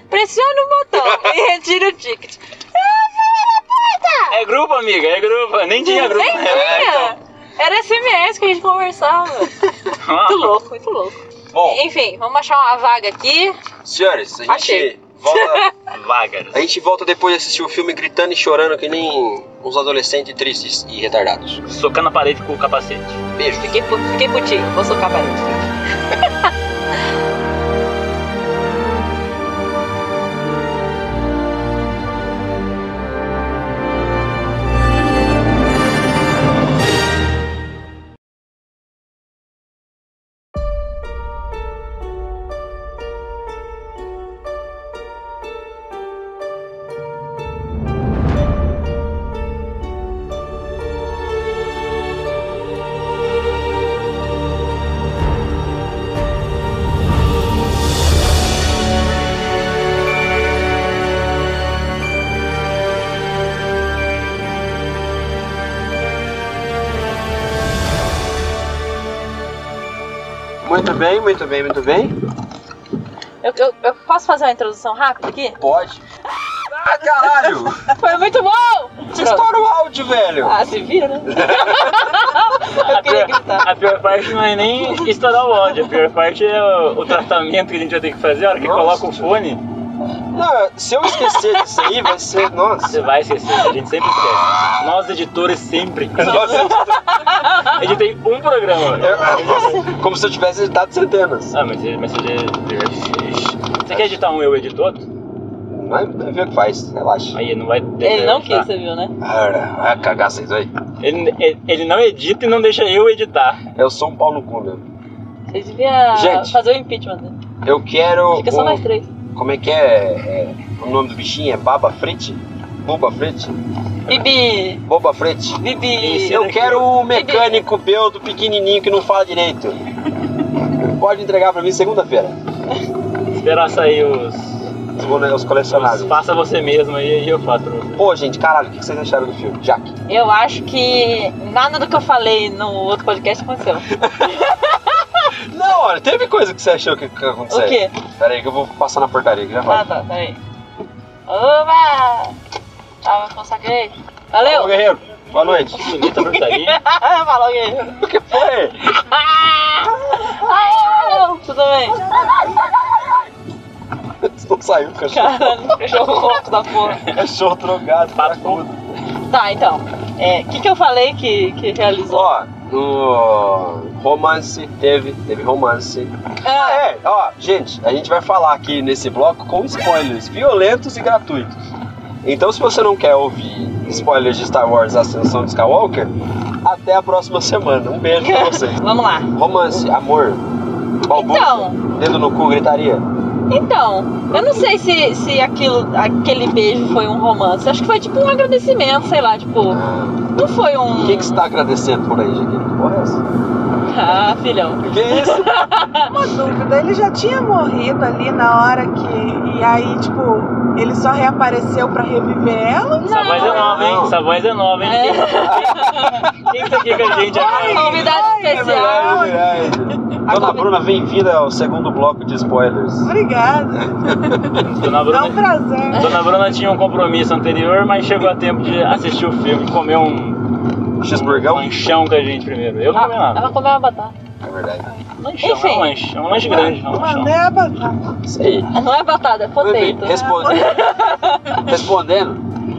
Speaker 3: pressiona o botão e retira o ticket. "Ah,
Speaker 2: É grupo, amiga, é grupo. Nem tinha grupo.
Speaker 3: Nem
Speaker 2: É,
Speaker 3: tinha.
Speaker 2: então.
Speaker 3: Era SMS que a gente conversava. muito louco, muito louco.
Speaker 1: Bom,
Speaker 3: Enfim, vamos achar uma vaga aqui.
Speaker 1: senhores, a gente
Speaker 3: Achei.
Speaker 1: volta.
Speaker 2: Vágaras.
Speaker 1: A gente volta depois de assistir o filme gritando e chorando que nem uns adolescentes tristes e retardados.
Speaker 2: Socando a parede com o capacete.
Speaker 1: Beijo.
Speaker 3: Fiquei, pu- fiquei putinho, vou socar a parede.
Speaker 1: Muito bem, muito bem, muito bem.
Speaker 3: Eu, eu- eu posso fazer uma introdução rápida aqui?
Speaker 1: Pode. Ah, caralho!
Speaker 3: Foi muito bom!
Speaker 1: Você estoura o áudio, velho!
Speaker 3: Ah, se vira, né? eu queria gritar.
Speaker 2: A pior parte não é nem estourar o áudio, a pior parte é o, o tratamento que a gente vai ter que fazer. A hora que
Speaker 1: Nossa.
Speaker 2: coloca o fone,
Speaker 1: Não, se eu esquecer disso aí, vai ser.
Speaker 2: você
Speaker 1: Nossa!
Speaker 2: vai esquecer, a gente sempre esquece. Nós editores sempre. A gente tem um programa.
Speaker 1: É. Eu- como se eu tivesse editado centenas.
Speaker 2: Ah, mas, mas você, você quer editar um eu edito outro?
Speaker 1: Vai ver o que faz, relaxa.
Speaker 2: Aí não vai.
Speaker 3: Ele não quis,
Speaker 1: tá.
Speaker 2: editar.
Speaker 3: você viu, né?
Speaker 1: Ah, ah, cagar vocês aí.
Speaker 2: Ele, ele- ele não edita e não deixa eu editar.
Speaker 1: Eu sou um pau no cu mesmo.
Speaker 3: Ele devia
Speaker 1: Gente.
Speaker 3: fazer o impeachment dele.
Speaker 1: Eu quero.
Speaker 3: Fica só
Speaker 1: um-
Speaker 3: nós três.
Speaker 1: Como é que é, é, o nome do bichinho? É Baba Frete? Boba Frete?
Speaker 3: Bibi!
Speaker 1: Boba Frete?
Speaker 3: Bibi!
Speaker 1: Eu quero o mecânico Beldo pequenininho que não fala direito. Pode entregar pra mim segunda-feira.
Speaker 2: Esperar sair os.
Speaker 1: Os cole- Os
Speaker 2: os
Speaker 1: colecionáveis.
Speaker 2: faça você mesmo aí e eu faço. pra você.
Speaker 1: Pô, gente, caralho, o que vocês acharam do filme? Jack.
Speaker 3: Eu acho que nada do que eu falei no outro podcast aconteceu.
Speaker 1: Não, olha, teve coisa que você achou que, que aconteceu.
Speaker 3: O quê?
Speaker 1: Pera aí que eu vou passar na portaria que já
Speaker 3: Ah,
Speaker 1: falo.
Speaker 3: tá, peraí. Oba! Tava consagrei.
Speaker 1: Ô,
Speaker 3: Valeu!
Speaker 1: guerreiro, boa noite.
Speaker 2: Bonita bruxaria.
Speaker 3: Falou alguém.
Speaker 1: O que foi?
Speaker 3: Ah, tudo bem?
Speaker 1: Você não saiu, cachorro.
Speaker 3: Caralho, cachorro louco da porra.
Speaker 1: Cachorro drogado,
Speaker 2: Papo.
Speaker 1: paracudo.
Speaker 3: Tá, então. O que, que eu falei que, que realizou?
Speaker 1: Ó, no romance teve, teve romance. Ah,
Speaker 3: Ah,
Speaker 1: é, ó, gente, a gente vai falar aqui nesse bloco com spoilers violentos e gratuitos. Então, se você não quer ouvir spoilers de Star Wars Ascensão de Skywalker, até a próxima semana. Um beijo pra vocês.
Speaker 3: Vamos lá.
Speaker 1: Romance, amor, balbúrdia,
Speaker 3: Então.
Speaker 1: dedo no cu, gritaria.
Speaker 3: Então, eu não sei se, se aquilo, aquele beijo foi um romance. Acho que foi tipo um agradecimento, sei lá, tipo. Não foi um.
Speaker 1: O que, que você tá agradecendo por aí, Jaqueline? Que porra é essa?
Speaker 3: Ah, filhão.
Speaker 1: Que é isso?
Speaker 4: Uma dúvida, ele já tinha morrido ali na hora que. E aí, tipo, ele só reapareceu pra reviver ela?
Speaker 2: Essa voz é nova, hein? Essa voz é nova, hein? Quem tá aqui com a gente agora?
Speaker 3: Convidado
Speaker 1: É
Speaker 3: especial.
Speaker 1: verdade, é verdade. Dona Bruna, bem-vinda ao segundo bloco de spoilers.
Speaker 4: Obrigada.
Speaker 2: Dona
Speaker 4: É um
Speaker 2: Bruna,
Speaker 4: prazer.
Speaker 2: Dona Bruna tinha um compromisso anterior, mas chegou a tempo de assistir o filme e comer um um
Speaker 1: Cheeseburgão?
Speaker 2: lanchão com a gente primeiro. Eu não comi
Speaker 3: Ah,
Speaker 2: nada.
Speaker 3: ela comeu uma batata.
Speaker 1: É verdade.
Speaker 2: Lanchão,
Speaker 3: Enfim.
Speaker 2: é um lanche. É um lanche grande, não é um lanchão.
Speaker 4: Mandei a batata.
Speaker 1: Isso aí.
Speaker 3: Não é batata, é potato.
Speaker 1: Respondendo, respondendo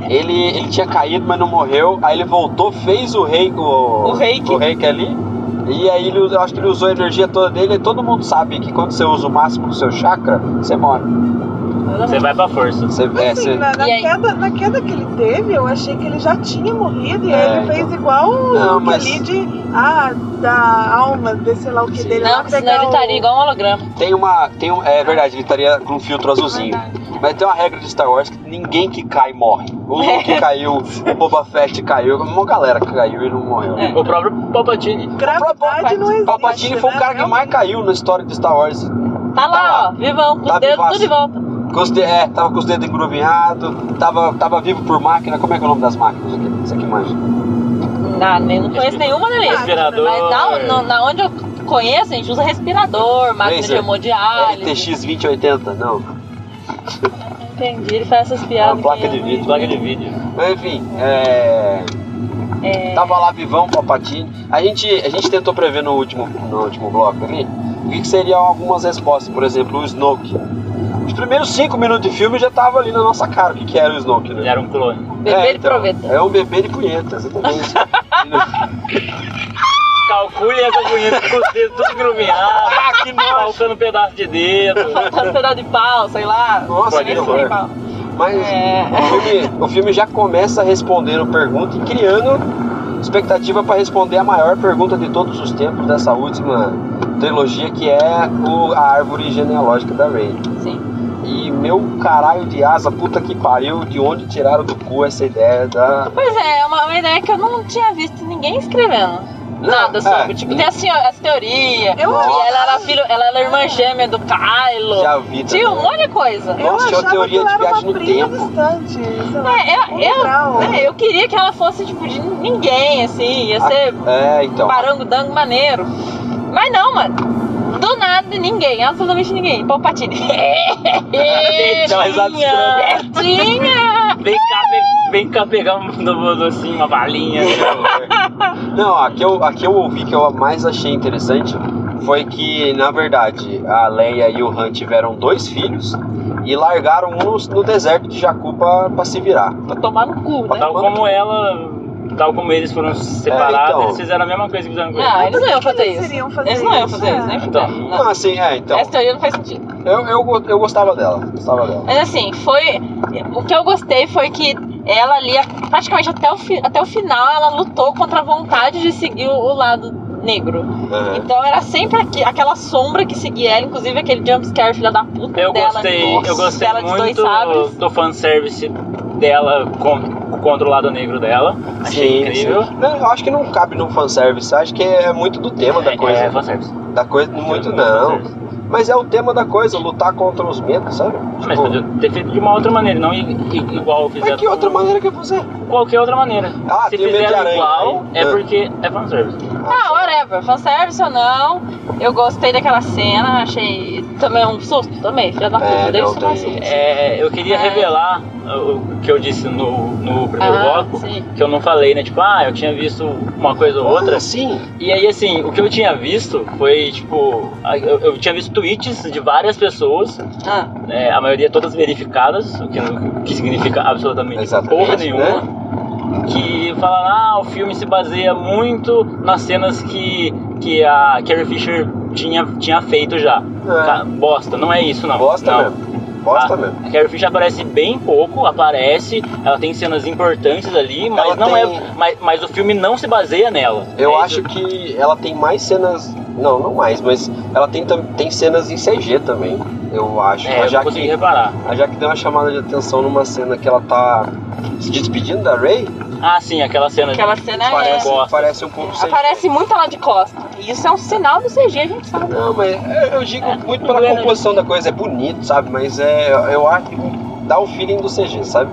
Speaker 1: ele, ele tinha caído, mas não morreu. Aí ele voltou, fez o reiki, o,
Speaker 3: O reiki.
Speaker 1: o reiki ali. E aí ele, eu acho que ele usou a energia toda dele. E todo mundo sabe que quando você usa o máximo do seu chakra, você morre.
Speaker 2: Você vai pra força.
Speaker 1: Você, é,
Speaker 4: Assim,
Speaker 1: você-
Speaker 4: na, na
Speaker 3: E aí?
Speaker 4: queda, na queda que ele teve, eu achei que ele já tinha morrido. E
Speaker 1: É,
Speaker 4: aí ele
Speaker 1: então.
Speaker 4: fez igual o
Speaker 1: Não,
Speaker 4: Luke
Speaker 1: mas-
Speaker 4: ali de. Ah, da alma, de sei lá o que
Speaker 1: Sim.
Speaker 4: dele. lá
Speaker 3: Não, senão
Speaker 4: pegar
Speaker 3: ele
Speaker 4: o-
Speaker 3: estaria igual um holograma.
Speaker 1: tem uma. Tem um, é verdade, ele estaria com um
Speaker 3: É
Speaker 1: filtro azulzinho. Mas tem uma regra de Star Wars que ninguém que cai morre. O
Speaker 3: É.
Speaker 1: Luke caiu, o Boba Fett caiu, uma galera que caiu e não morreu.
Speaker 3: É.
Speaker 2: O próprio Palpatine.
Speaker 4: Gravidade não existe.
Speaker 1: Palpatine foi um o
Speaker 4: né?
Speaker 1: cara que mais caiu na história de Star Wars.
Speaker 3: Tá lá,
Speaker 1: lá.
Speaker 3: ó, vivão, com
Speaker 1: Tá
Speaker 3: os dedos
Speaker 1: vivaço.
Speaker 3: tudo de volta.
Speaker 1: Com os de... É, tava com os dedos engruvinhados, tava, tava vivo por máquina. Como é que é o nome das máquinas aqui? Isso aqui manja.
Speaker 3: Não, nem, não conheço nenhuma delas.
Speaker 2: Respirador.
Speaker 3: Mas na, no- na onde eu conheço, a gente usa respirador, máquina de
Speaker 1: Laser.
Speaker 3: hemodiálise.
Speaker 1: RTX 2080, não.
Speaker 3: Entendi, ele faz essas
Speaker 1: É
Speaker 3: piadas.
Speaker 1: uma placa de
Speaker 3: mesmo.
Speaker 1: vídeo.
Speaker 2: Placa de vídeo.
Speaker 1: Mas enfim, é...
Speaker 3: É.
Speaker 1: Tava lá vivão, Papatini. A gente, a gente tentou prever no último, no último bloco ali o que, que seriam algumas respostas. Por exemplo, o Snoke. Os primeiros cinco minutos de filme já tava ali na nossa cara o que, que era o Snoke,
Speaker 2: Ele
Speaker 1: né?
Speaker 2: era um clone.
Speaker 3: Bebê
Speaker 1: é,
Speaker 3: de proveta.
Speaker 1: É um bebê de punheta, exatamente.
Speaker 2: Calcule essa bonita com os dedos tudo grumeados. Ah, que nojo. Faltando pedaço de dedo.
Speaker 3: Faltando Tá pedaço de pau, sei lá.
Speaker 1: Nossa, que
Speaker 3: Esse
Speaker 1: horror.
Speaker 3: pau.
Speaker 1: Mas
Speaker 3: É.
Speaker 1: o, filme, o filme já começa respondendo pergunta e criando expectativa para responder a maior pergunta de todos os tempos dessa última trilogia, que é o- a árvore genealógica da Rey.
Speaker 3: Sim.
Speaker 1: E meu caralho de asa, puta que pariu, de onde tiraram do cu essa ideia da.
Speaker 3: Pois é, é uma, uma ideia que eu não tinha visto ninguém escrevendo. Nada sobre.
Speaker 1: é,
Speaker 3: Tipo, tem assim, ó, essa teoria.
Speaker 4: Eu
Speaker 3: que
Speaker 4: acho-
Speaker 3: ela era filho, ela era irmã gêmea do Kylo.
Speaker 1: Já né? vi também.
Speaker 3: Tinha um monte de coisa.
Speaker 1: Eu Nossa, tinha uma
Speaker 4: achava
Speaker 1: teoria
Speaker 4: que ela
Speaker 1: de
Speaker 4: era
Speaker 1: viagem
Speaker 4: uma
Speaker 1: no
Speaker 4: prima
Speaker 1: tempo.
Speaker 4: distante. sei lá.
Speaker 3: É, eu, eu,
Speaker 4: Não.
Speaker 3: né, eu queria que ela fosse tipo de ninguém, assim, ia ser
Speaker 1: É, então.
Speaker 3: parango dango maneiro. Mas não, mano. Do nada, ninguém, absolutamente ninguém. Palpatine.
Speaker 2: Dá uma risada
Speaker 3: Tinha, tinha.
Speaker 2: Vem cá, vem, vem cá pegar um do assim, uma balinha.
Speaker 1: Não, a que, eu, a que eu ouvi que eu mais achei interessante foi que, na verdade, a Leia e o Han tiveram dois filhos e largaram um no, no deserto de Jacu pra, pra se virar.
Speaker 3: Pra tomar no cu, né?
Speaker 2: Tal como ela, tal como eles foram separados,
Speaker 1: Tá É, então.
Speaker 2: eles fizeram a mesma coisa que fizeram com
Speaker 3: Não,
Speaker 2: ele.
Speaker 3: Ah, eles não iam fazer
Speaker 4: Eles
Speaker 3: isso.
Speaker 4: iriam fazer
Speaker 3: Eles não iam fazer
Speaker 4: é.
Speaker 3: isso, nem
Speaker 2: Então.
Speaker 3: fudendo,
Speaker 1: Não,
Speaker 3: não.
Speaker 1: assim, é, então.
Speaker 3: Essa teoria não faz sentido.
Speaker 1: Eu, eu, go- eu gostava dela. Gostava dela.
Speaker 3: Mas assim, foi. O que eu gostei foi que ela ali, praticamente até o, fi- até o final, ela lutou contra a vontade de seguir o- o lado negro.
Speaker 2: É.
Speaker 1: Uhum.
Speaker 3: Então era sempre aqui- aquela sombra que seguia ela, inclusive aquele jumpscare filha da puta
Speaker 2: Eu
Speaker 3: dela. né?
Speaker 2: gostei,
Speaker 1: nossa,
Speaker 2: eu gostei
Speaker 3: dela de dois
Speaker 2: muito
Speaker 3: sabres.
Speaker 2: do fanservice dela con- contra o lado negro dela. Achei incrível.
Speaker 1: Não, eu acho que não cabe num fanservice. Acho que é muito do tema da coisa.
Speaker 2: É, é fanservice.
Speaker 1: Da coisa. Muito
Speaker 2: É
Speaker 1: não.
Speaker 2: fanservice.
Speaker 1: Mas é o tema da coisa, lutar contra os medos, sabe?
Speaker 2: Mas
Speaker 1: Tipo,
Speaker 2: podia ter feito de uma outra maneira, não i- i- igual fizeram.
Speaker 1: mas que outra
Speaker 2: com
Speaker 1: maneira que eu fazer?
Speaker 2: Qualquer outra maneira.
Speaker 1: Ah,
Speaker 2: Se
Speaker 1: tem o Medo de
Speaker 2: fizeram
Speaker 1: Aranha,
Speaker 2: igual,
Speaker 1: né?
Speaker 2: é
Speaker 1: Ah.
Speaker 2: porque é fanservice.
Speaker 3: Ah, whatever, fanservice ou não. Eu gostei daquela cena, achei. Também um susto, também, filha da puta,
Speaker 1: É,
Speaker 3: dei
Speaker 1: não,
Speaker 3: super
Speaker 1: tem-
Speaker 3: susto.
Speaker 2: É, eu queria
Speaker 3: É.
Speaker 2: revelar o o que eu disse no, no primeiro
Speaker 3: Ah,
Speaker 2: bloco,
Speaker 3: sim.
Speaker 2: que eu não falei, né? Tipo, ah, eu tinha visto uma coisa ou outra.
Speaker 1: Ah, sim.
Speaker 2: E aí, assim, o que eu tinha visto foi, tipo, a- eu, eu tinha visto tweets de várias pessoas,
Speaker 3: Ah,
Speaker 2: né, a maioria todas verificadas, o que, não- que significa absolutamente
Speaker 1: Exatamente, né?
Speaker 2: porra nenhuma. Que falaram, ah, o filme se baseia muito nas cenas que, que a Carrie Fisher tinha, tinha feito já.
Speaker 1: É.
Speaker 2: Ca- Bosta, não é isso, não.
Speaker 1: Ah, Bosta
Speaker 2: não.
Speaker 1: mesmo. Bosta
Speaker 2: a,
Speaker 1: mesmo.
Speaker 2: Ah, A Carrie Fisher aparece bem pouco, aparece, ela tem cenas importantes ali, mas
Speaker 1: Ela
Speaker 2: não é.
Speaker 1: tem-
Speaker 2: Mas, mas o filme não se baseia nela.
Speaker 1: Eu
Speaker 2: É isso
Speaker 1: acho que ela tem mais cenas. Não, não mais, mas ela tem, tam- tem cenas em CG também, eu acho.
Speaker 2: É,
Speaker 1: a,
Speaker 2: eu não
Speaker 1: Jaque,
Speaker 2: consegui reparar.
Speaker 1: a Jaque deu uma chamada de atenção numa cena que ela tá se despedindo da Ray.
Speaker 2: Ah, sim, aquela cena.
Speaker 3: aquela cena é.
Speaker 1: parece,
Speaker 2: Bosta.
Speaker 1: parece um pouco sem.
Speaker 3: Aparece muito ela de costa. E isso é um sinal do CG, a gente sabe.
Speaker 1: Não, mas eu- eu
Speaker 3: É,
Speaker 1: digo muito pela
Speaker 2: problema,
Speaker 1: composição da coisa, é bonito, sabe? Mas é. Eu acho que dá o feeling do CG, sabe?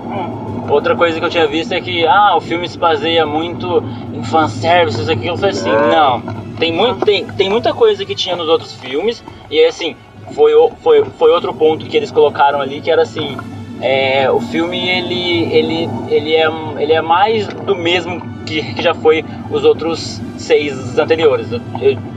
Speaker 2: Outra coisa que eu tinha visto é que, ah, o filme se baseia muito em fanservice, isso aqui. Eu falei assim,
Speaker 1: É.
Speaker 2: não. Tem, muito, tem, tem muita coisa que tinha nos outros filmes, e aí, assim, foi, o- foi, foi outro ponto que eles colocaram ali, que era assim. é, o filme ele, ele, ele, é, ele é mais do mesmo que, que já foi os outros seis anteriores, eh,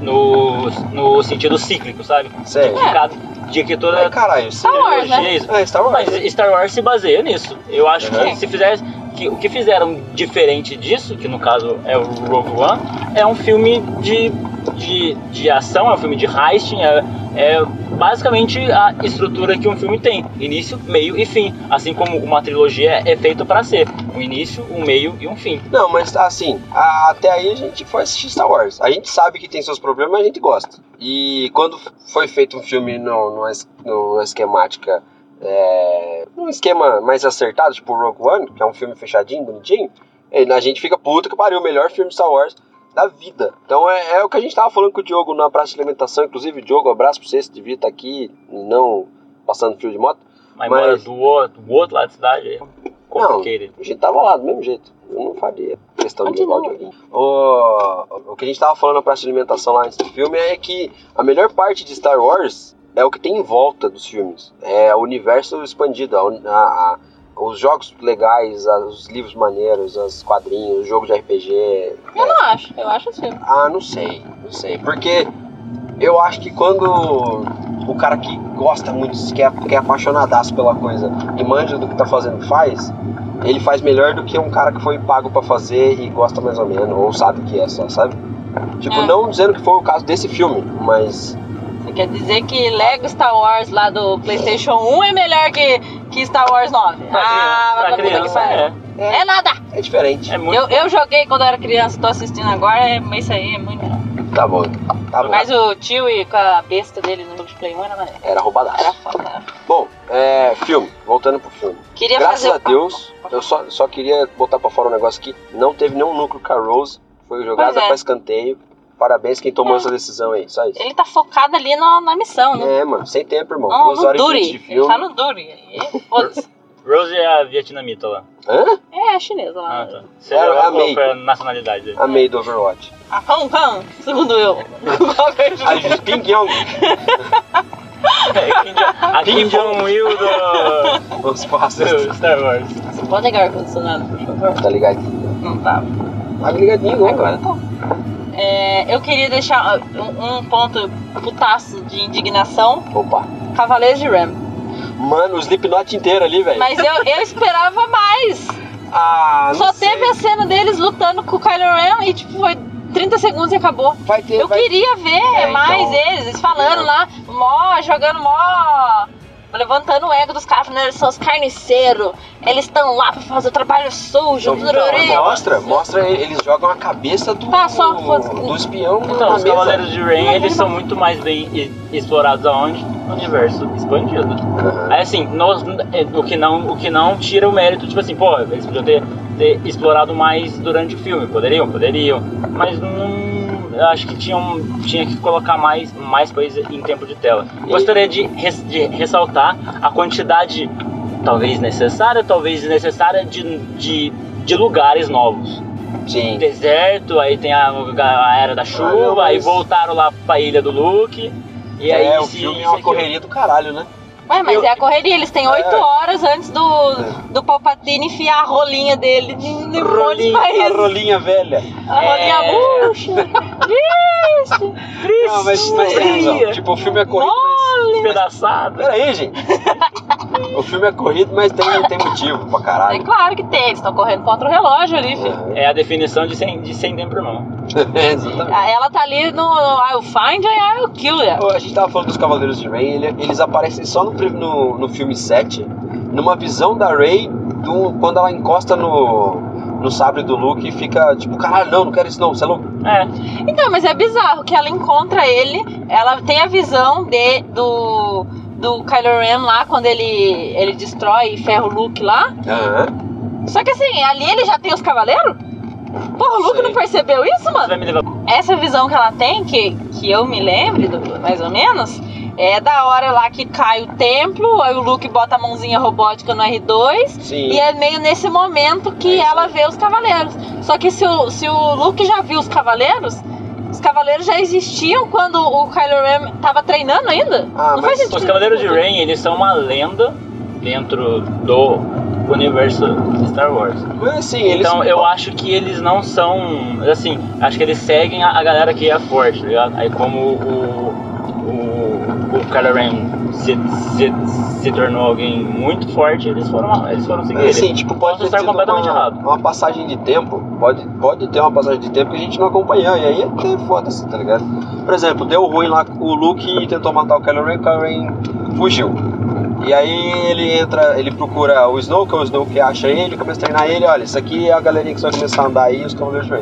Speaker 2: no, no sentido cíclico, sabe?
Speaker 1: Sério.
Speaker 2: De, cada- de que toda,
Speaker 1: Ai, caralho,
Speaker 3: É. Star Wars, né?
Speaker 2: trilogia, isso-
Speaker 1: É, Star Wars.
Speaker 2: É. mas Star Wars se baseia nisso. Eu acho
Speaker 1: Uhum.
Speaker 2: que se fizesse. Que, o que fizeram diferente disso, que no caso é o Rogue One, é um filme de, de, de ação, é um filme de heisting, é, é basicamente a estrutura que um filme tem: início, meio e fim. Assim como uma trilogia é feita para ser: um início, um meio e um fim.
Speaker 1: Não, mas assim, a- até aí a gente foi assistir Star Wars. A gente sabe que tem seus problemas, mas a gente gosta. E quando f- foi feito um filme no, no, es- no esquemática, é, num esquema mais acertado, tipo Rogue One, que é um filme fechadinho, bonitinho, e a gente fica puto que pariu, o melhor filme Star Wars da vida. Então é, é o que a gente tava falando com o Diogo tá na praça de alimentação, inclusive, Diogo, abraço pra você, se devia estar aqui e não passando fio de moto.
Speaker 2: Mas,
Speaker 1: Mas-
Speaker 2: mora do outro, do outro lado da cidade, é complicado.
Speaker 1: A gente tava lá, do mesmo jeito. Eu não faria questão de
Speaker 3: Pode
Speaker 1: levar o
Speaker 3: não.
Speaker 1: joguinho. O, o que a gente tava falando na praça de alimentação lá antes do filme é que a melhor parte de Star Wars é o que tem em volta dos filmes. É o universo expandido, a uni- a- a- os jogos legais, a- os livros maneiros, os quadrinhos, o jogo de RPG.
Speaker 3: Eu não acho, eu acho assim.
Speaker 1: Ah, não sei, não sei. Porque eu acho que quando o cara que gosta muito, que é, que é apaixonadaço pela coisa e manja do que tá fazendo faz, ele faz melhor do que um cara que foi pago pra fazer e gosta mais ou menos, ou sabe o que é só, sabe? Tipo,
Speaker 3: É.
Speaker 1: não dizendo que foi o caso desse filme, mas.
Speaker 3: Você quer dizer que Lego Star Wars lá do PlayStation 1 é melhor que, que Star Wars 9? ah, vai
Speaker 2: pra
Speaker 3: pra puta que
Speaker 2: criança,
Speaker 3: pariu.
Speaker 2: é.
Speaker 3: É. nada!
Speaker 1: É diferente.
Speaker 2: É muito
Speaker 3: Eu, eu joguei quando eu era criança, tô assistindo agora, é, mas isso aí é muito melhor.
Speaker 1: Tá bom, tá bom.
Speaker 3: Mas o tio e com a besta dele no multiplayer era maneiro.
Speaker 1: Era
Speaker 3: Era
Speaker 1: roubadaço.
Speaker 3: foda. né?
Speaker 1: Bom, é, filme, voltando pro filme.
Speaker 3: Queria
Speaker 1: Graças
Speaker 3: fazer.
Speaker 1: a Deus, eu só, só queria botar pra fora um negócio que não teve nenhum núcleo com a Rose, foi jogada
Speaker 3: Pois é.
Speaker 1: pra escanteio. Parabéns quem tomou
Speaker 3: É.
Speaker 1: essa decisão aí, só isso.
Speaker 3: Ele tá focado ali na, na missão, né?
Speaker 1: É, mano, sem tempo, irmão.
Speaker 3: Não,
Speaker 1: Duas
Speaker 3: no
Speaker 1: horas e vinte de
Speaker 3: Duri. Ele
Speaker 1: filme.
Speaker 3: tá no Duri. E foda-se.
Speaker 2: Rose é a vietnamita lá.
Speaker 1: Hã?
Speaker 3: É chinesa lá.
Speaker 2: Ah, tá. Você
Speaker 1: Era-
Speaker 2: era
Speaker 1: era
Speaker 2: qual
Speaker 1: meio.
Speaker 2: foi a nacionalidade dele?
Speaker 1: Amei do Overwatch.
Speaker 3: A Hong Kong, Ah, segundo eu.
Speaker 1: A Ju- Ping Yong.
Speaker 2: É, Kim Jong- a Kim Jong-il do,
Speaker 1: Os passos.
Speaker 2: do Star Wars.
Speaker 3: Você pode ligar o ar-condicionado, por favor?
Speaker 1: Tá ligadinho.
Speaker 3: Não tá.
Speaker 1: Tá ligadinho, não, cara.
Speaker 3: Agora tá. É, eu queria deixar uh, um, um ponto putaço de indignação.
Speaker 1: Opa.
Speaker 3: Cavaleiros de Ram.
Speaker 1: Mano, o Slipknot inteiro ali, velho.
Speaker 3: Mas eu, eu esperava mais.
Speaker 1: Ah,
Speaker 3: Só
Speaker 1: não sei.
Speaker 3: teve a cena deles lutando com o Kylo Ram e tipo, foi 30 segundos e acabou.
Speaker 1: Vai ter,
Speaker 3: Eu
Speaker 1: vai...
Speaker 3: queria ver
Speaker 1: É,
Speaker 3: mais
Speaker 1: então-
Speaker 3: eles, eles falando lá, mó, jogando mó. Levantando o ego dos caras, falando, eles são os carniceiros, eles estão lá pra fazer o trabalho sujo,
Speaker 1: Então,
Speaker 3: tururu."
Speaker 1: mostra, mostra, eles jogam a cabeça do,
Speaker 3: Tá, só foda-se.
Speaker 1: do espião
Speaker 2: Então,
Speaker 1: na
Speaker 2: os
Speaker 1: mesa.
Speaker 2: Cavaleiros de Rain, eles são muito mais bem e- explorados aonde? No universo expandido.
Speaker 1: Aham.
Speaker 2: Aí, assim, nós, é, o, que não, o que não tira o mérito, tipo assim, pô, eles podiam ter, ter explorado mais durante o filme, poderiam, poderiam, mas não, eu acho que tinham, tinha que colocar mais, mais coisa em tempo de tela. Gostaria de, res- de ressaltar a quantidade, talvez necessária, talvez desnecessária, de, de, de lugares novos.
Speaker 1: Sim.
Speaker 2: Deserto, aí tem a, a Era da Chuva,
Speaker 1: não, mas-
Speaker 2: aí voltaram lá pra Ilha do Luke, e aí...
Speaker 1: é, o
Speaker 2: isso-
Speaker 1: filme é
Speaker 2: isso
Speaker 1: uma
Speaker 2: aqui. um
Speaker 1: correria do caralho, né?
Speaker 3: Ué, mas
Speaker 2: Eu-
Speaker 3: é a correria, eles têm oito
Speaker 1: É.
Speaker 3: horas antes do, do Palpatine enfiar a rolinha dele em em um monte de
Speaker 1: Rolinha, a
Speaker 3: país.
Speaker 1: rolinha velha.
Speaker 3: A rolinha
Speaker 2: É.
Speaker 3: murcha. Triste.
Speaker 1: Não, mas, mas tem razão.
Speaker 2: Maria.
Speaker 1: Tipo, o filme é corrido, mas...
Speaker 2: Despedaçado.
Speaker 1: Peraí, gente. o filme é corrido, mas tem, tem motivo pra
Speaker 3: É
Speaker 1: caralho.
Speaker 3: claro que tem, eles estão correndo contra o relógio ali, filho.
Speaker 1: É,
Speaker 2: É a definição de sem, de sem tempo, irmão.
Speaker 1: exatamente.
Speaker 3: Ah, Ela tá ali no I'll find and I'll kill ya.
Speaker 1: Ô, A gente tava falando dos Cavaleiros de Rey, ele- eles aparecem só no, pri- no, no filme 7, numa visão da Rey do, quando ela encosta no, no sabre do Luke e fica tipo, caralho, não, não quero isso não, você é louco.
Speaker 2: É,
Speaker 3: Então, mas é bizarro que ela encontra ele, ela tem a visão de, do, do Kylo Ren lá, quando ele, ele destrói e ferra o Luke lá.
Speaker 1: Aham.
Speaker 3: Só que assim, ali ele já tem os cavaleiros? Porra, o Luke
Speaker 1: Sei.
Speaker 3: não percebeu isso,
Speaker 2: você
Speaker 3: mano?
Speaker 2: vai me levar.
Speaker 3: essa visão que ela tem, que, que eu me lembre, do- mais ou menos, é da hora lá que cai o templo, aí o Luke bota a mãozinha robótica no R2,
Speaker 1: Sim.
Speaker 3: e é meio nesse momento que ela vê os cavaleiros. Só que se o, se o Luke já viu os cavaleiros, os cavaleiros já existiam quando o Kylo Ren tava treinando ainda.
Speaker 1: Ah,
Speaker 3: Não
Speaker 1: mas
Speaker 3: faz sentido.
Speaker 2: Os Cavaleiros de Rain, eles são uma lenda dentro do universo de Star Wars.
Speaker 1: Mas assim, eles...
Speaker 2: Então eu acho que eles não são. Assim, acho que eles seguem a, a galera que é forte, tá ligado? Aí como o. O, o Kylo Ren se, se, se tornou alguém muito forte, eles foram, eles foram seguir
Speaker 1: É,
Speaker 2: ele.
Speaker 1: Assim, tipo, pode
Speaker 2: Posso
Speaker 1: ter
Speaker 2: estar
Speaker 1: sido
Speaker 2: completamente
Speaker 1: uma,
Speaker 2: errado.
Speaker 1: uma passagem de tempo, pode, pode ter uma passagem de tempo que a gente não acompanhou, e aí até foda-se, tá ligado? Por exemplo, deu ruim lá, o Luke tentou matar o Kylo Ren, o Kylo Ren fugiu. E aí ele entra, ele procura o Snoke, o Snoke acha ele, começa a treinar ele, olha, isso aqui é a galerinha que só começar a andar aí, os Cavaleiros de Ren.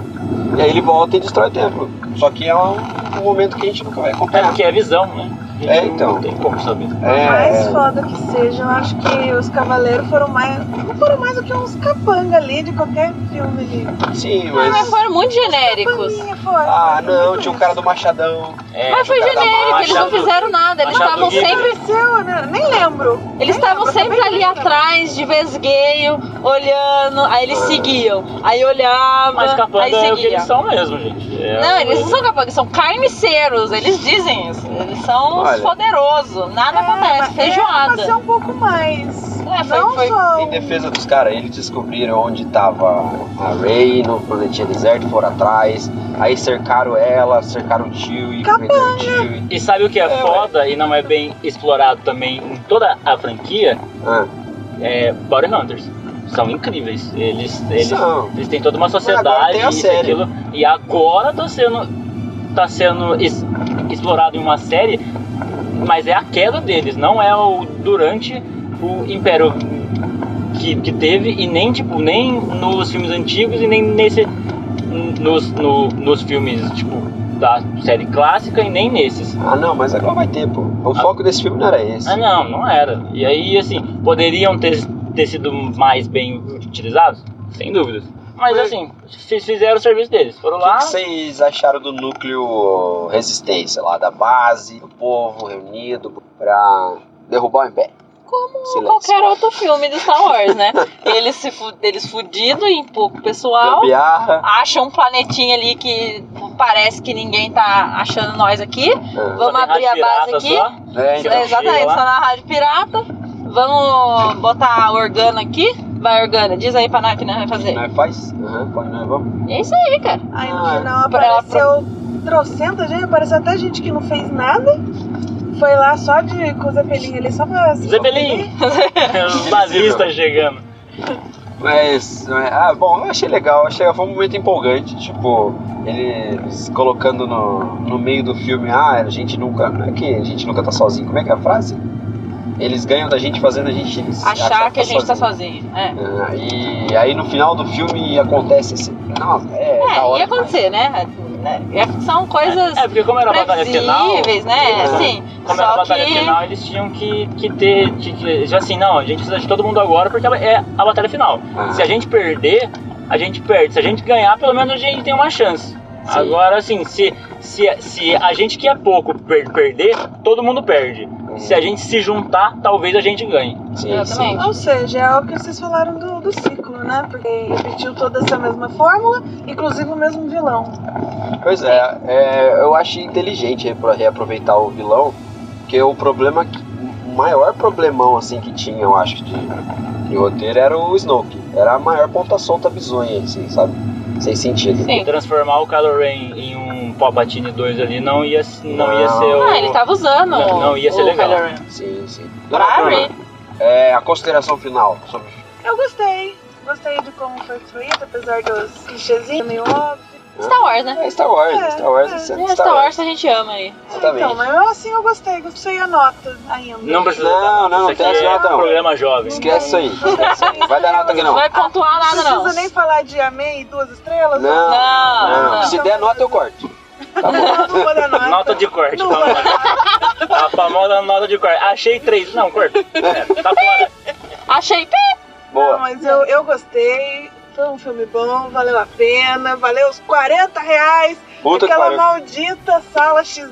Speaker 1: E aí ele volta e destrói o templo. Só que é um, um momento que a gente nunca vai
Speaker 2: É
Speaker 1: acompanhar.
Speaker 2: porque é visão, né?
Speaker 1: É, então.
Speaker 2: Não tem como saber.
Speaker 1: É,
Speaker 4: mais
Speaker 1: é.
Speaker 4: foda que seja, eu acho que os cavaleiros foram mais. Não foram mais do que uns capanga ali de qualquer filme ali.
Speaker 1: É, Sim,
Speaker 3: Ah, mas
Speaker 1: mas.
Speaker 3: foram muito genéricos.
Speaker 4: Capanguinha, foi.
Speaker 1: Ah,
Speaker 4: Foi
Speaker 1: não,
Speaker 4: muito
Speaker 1: tinha um
Speaker 4: isso.
Speaker 1: cara do Machadão.
Speaker 2: É,
Speaker 3: Mas foi
Speaker 1: cara da
Speaker 3: genérico,
Speaker 1: marcha,
Speaker 3: eles não
Speaker 2: do-
Speaker 3: fizeram nada. Eles
Speaker 2: marcha do
Speaker 3: estavam
Speaker 2: Guido.
Speaker 3: sempre.
Speaker 4: Aconteceu, né? Nem lembro.
Speaker 3: Eles estavam sempre ali
Speaker 1: então.
Speaker 3: atrás, de vesgueio, olhando, aí eles seguiam. Aí olhava,
Speaker 2: Mas
Speaker 3: aí
Speaker 2: capanga é o que
Speaker 3: seguia.
Speaker 2: eles são mesmo, gente. É,
Speaker 3: Não, eles não são capangas, são carniceiros, eles dizem isso. Eles são
Speaker 1: Olha.
Speaker 3: os
Speaker 1: É,
Speaker 3: poderosos, nada acontece,
Speaker 4: É, Mas é
Speaker 3: feijoada.
Speaker 4: um pouco mais.
Speaker 3: É, foi-
Speaker 4: não
Speaker 3: foi-
Speaker 4: só. um-
Speaker 1: Em defesa dos caras, eles descobriram onde tava a Rey no planetinha deserto, foram atrás, aí cercaram ela, cercaram o tio e
Speaker 4: Capanga.
Speaker 1: prenderam o tio. e-
Speaker 2: E sabe o que é,
Speaker 1: É,
Speaker 2: foda e não é bem explorado também em toda a franquia?
Speaker 1: Ah,
Speaker 2: É Bounty Hunters. São incríveis. Eles, eles,
Speaker 1: São.
Speaker 2: eles têm toda uma
Speaker 1: Agora
Speaker 2: sociedade,
Speaker 1: tem a
Speaker 2: isso e
Speaker 1: série.
Speaker 2: aquilo. E agora tá sendo, tá sendo es- explorado em uma série, mas é a queda deles, não é o durante o Império que, que teve e nem tipo, nem nos filmes antigos e nem nesse. Nos, no- nos filmes, tipo, da série clássica e nem nesses.
Speaker 1: ah, não, mas agora vai ter, pô. O foco desse filme não era esse.
Speaker 2: Ah, não, não era. E aí, assim, poderiam ter, ter sido mais bem utilizados? Sem dúvidas. Mas, assim, fi- fizeram o serviço deles. Foram
Speaker 1: O que
Speaker 2: lá.
Speaker 1: que vocês acharam do núcleo resistência lá, da base, do povo reunido pra derrubar o Império?
Speaker 3: Como
Speaker 1: Silêncio.
Speaker 3: qualquer outro filme do Star Wars, né? Eles se fu- eles fudidos em pouco pessoal.
Speaker 1: Gambiarra.
Speaker 3: Acha um planetinha ali que parece que ninguém tá achando nós aqui.
Speaker 1: Ah,
Speaker 2: só
Speaker 3: Vamos
Speaker 2: tem
Speaker 3: abrir a
Speaker 2: rádio
Speaker 3: base
Speaker 2: pirata
Speaker 3: aqui.
Speaker 2: tá só.
Speaker 1: né, então.
Speaker 2: Então,
Speaker 3: É, Exatamente,
Speaker 2: chega lá.
Speaker 3: só na Rádio Pirata. Vamos botar a Organa aqui. Vai, Organa, diz aí pra nós o que nós vamos fazer.
Speaker 1: Nós né, faz? Aham, pode, nós vamos.
Speaker 3: É isso aí, cara.
Speaker 4: Aí no
Speaker 1: Ah,
Speaker 4: final
Speaker 3: pra ela-
Speaker 4: apareceu trocenta gente, apareceu até gente que não fez nada. Foi lá só de com o Zeppelin ali, só pra. se
Speaker 1: é
Speaker 2: Zeppelin! Os nazistas É um chegando.
Speaker 1: Mas, é, ah, bom, eu achei legal, achei, foi um momento empolgante, tipo, eles colocando no, no meio do filme, ah, a gente nunca, não é que a gente nunca tá sozinho, como é que é a frase? Eles ganham da gente fazendo a gente se
Speaker 3: Achar que a gente tá
Speaker 1: sozinho.
Speaker 3: sozinho. É.
Speaker 1: Ah, e aí no final do filme acontece esse, nossa, é,
Speaker 2: Tá
Speaker 1: da
Speaker 3: É,
Speaker 1: hora
Speaker 3: ia acontecer, né? É, são coisas
Speaker 2: É, porque como era a batalha final.
Speaker 3: previsíveis, né?
Speaker 1: É.
Speaker 3: Assim,
Speaker 2: Como era a
Speaker 3: só
Speaker 2: batalha
Speaker 3: que...
Speaker 2: final, eles tinham que, que ter. Que, que- assim, não, a gente precisa de todo mundo agora porque ela é a batalha final.
Speaker 1: Ah.
Speaker 2: Se a gente perder, a gente perde. Se a gente ganhar, pelo menos a gente tem uma chance. Agora, assim, se, se, se a gente que é pouco per- perder, todo mundo perde.
Speaker 1: Uhum.
Speaker 2: Se a gente se juntar, talvez a gente ganhe.
Speaker 1: Sim, sim.
Speaker 3: Exatamente.
Speaker 4: Ou seja, é o que vocês falaram do, do ciclo, né? Porque repetiu toda essa mesma fórmula, inclusive o mesmo vilão.
Speaker 1: Pois é, é, eu achei inteligente repro- reaproveitar o vilão, porque o problema, que- o maior problemão assim que tinha, eu acho, de, de roteiro era o Snoke. Era a maior ponta solta bizonha, assim, sabe? Sem sentido.
Speaker 3: Sim.
Speaker 2: Transformar o Kylo Ren em um Palpatine 2 ali não ia, não ia
Speaker 1: Não.
Speaker 2: ser o.
Speaker 3: Ah, ele tava usando
Speaker 2: Não, não, ia ser
Speaker 3: o
Speaker 2: legal.
Speaker 3: Kylo Ren.
Speaker 1: Sim, sim.
Speaker 3: Pra
Speaker 1: Dona Bruna,
Speaker 3: mim.
Speaker 1: é, a consideração final sobre o filme.
Speaker 4: Eu gostei. Gostei de como foi feito, apesar dos clichêzinhos meio óbvio.
Speaker 3: Star Wars, né?
Speaker 1: É Star Wars,
Speaker 4: É,
Speaker 1: Star Wars
Speaker 4: é.
Speaker 1: é
Speaker 3: É,
Speaker 1: sempre
Speaker 3: Star Wars a gente ama aí.
Speaker 1: Exatamente.
Speaker 4: Então, mas eu, assim eu gostei, gostei a nota ainda.
Speaker 2: Não precisa.
Speaker 1: Não, não,
Speaker 2: Isso aqui
Speaker 1: tem
Speaker 2: é
Speaker 1: nota não.
Speaker 2: programa jovem.
Speaker 1: Esquece isso aí. esquece isso aí. Vai dar nota aqui
Speaker 3: Não
Speaker 1: não.
Speaker 3: vai pontuar
Speaker 2: Ah,
Speaker 3: nada,
Speaker 4: precisa
Speaker 3: não.
Speaker 4: nem falar de amei e duas estrelas?
Speaker 1: Não,
Speaker 3: Não,
Speaker 1: não.
Speaker 3: não.
Speaker 1: Se der nota, eu corto. Tá bom.
Speaker 4: Não, não vou dar nota.
Speaker 2: Nota de corte,
Speaker 4: Não
Speaker 2: vamos
Speaker 3: é.
Speaker 4: vou
Speaker 2: lá.
Speaker 4: dar nota.
Speaker 2: A famosa nota de corte. Achei três. Não, corta. É, tá fora.
Speaker 3: Achei.
Speaker 4: Não,
Speaker 1: Boa.
Speaker 4: mas eu, eu gostei. Foi um filme bom, valeu a pena, valeu os 40 reais.
Speaker 1: Puta que
Speaker 4: aquela
Speaker 1: pariu.
Speaker 4: maldita sala XD.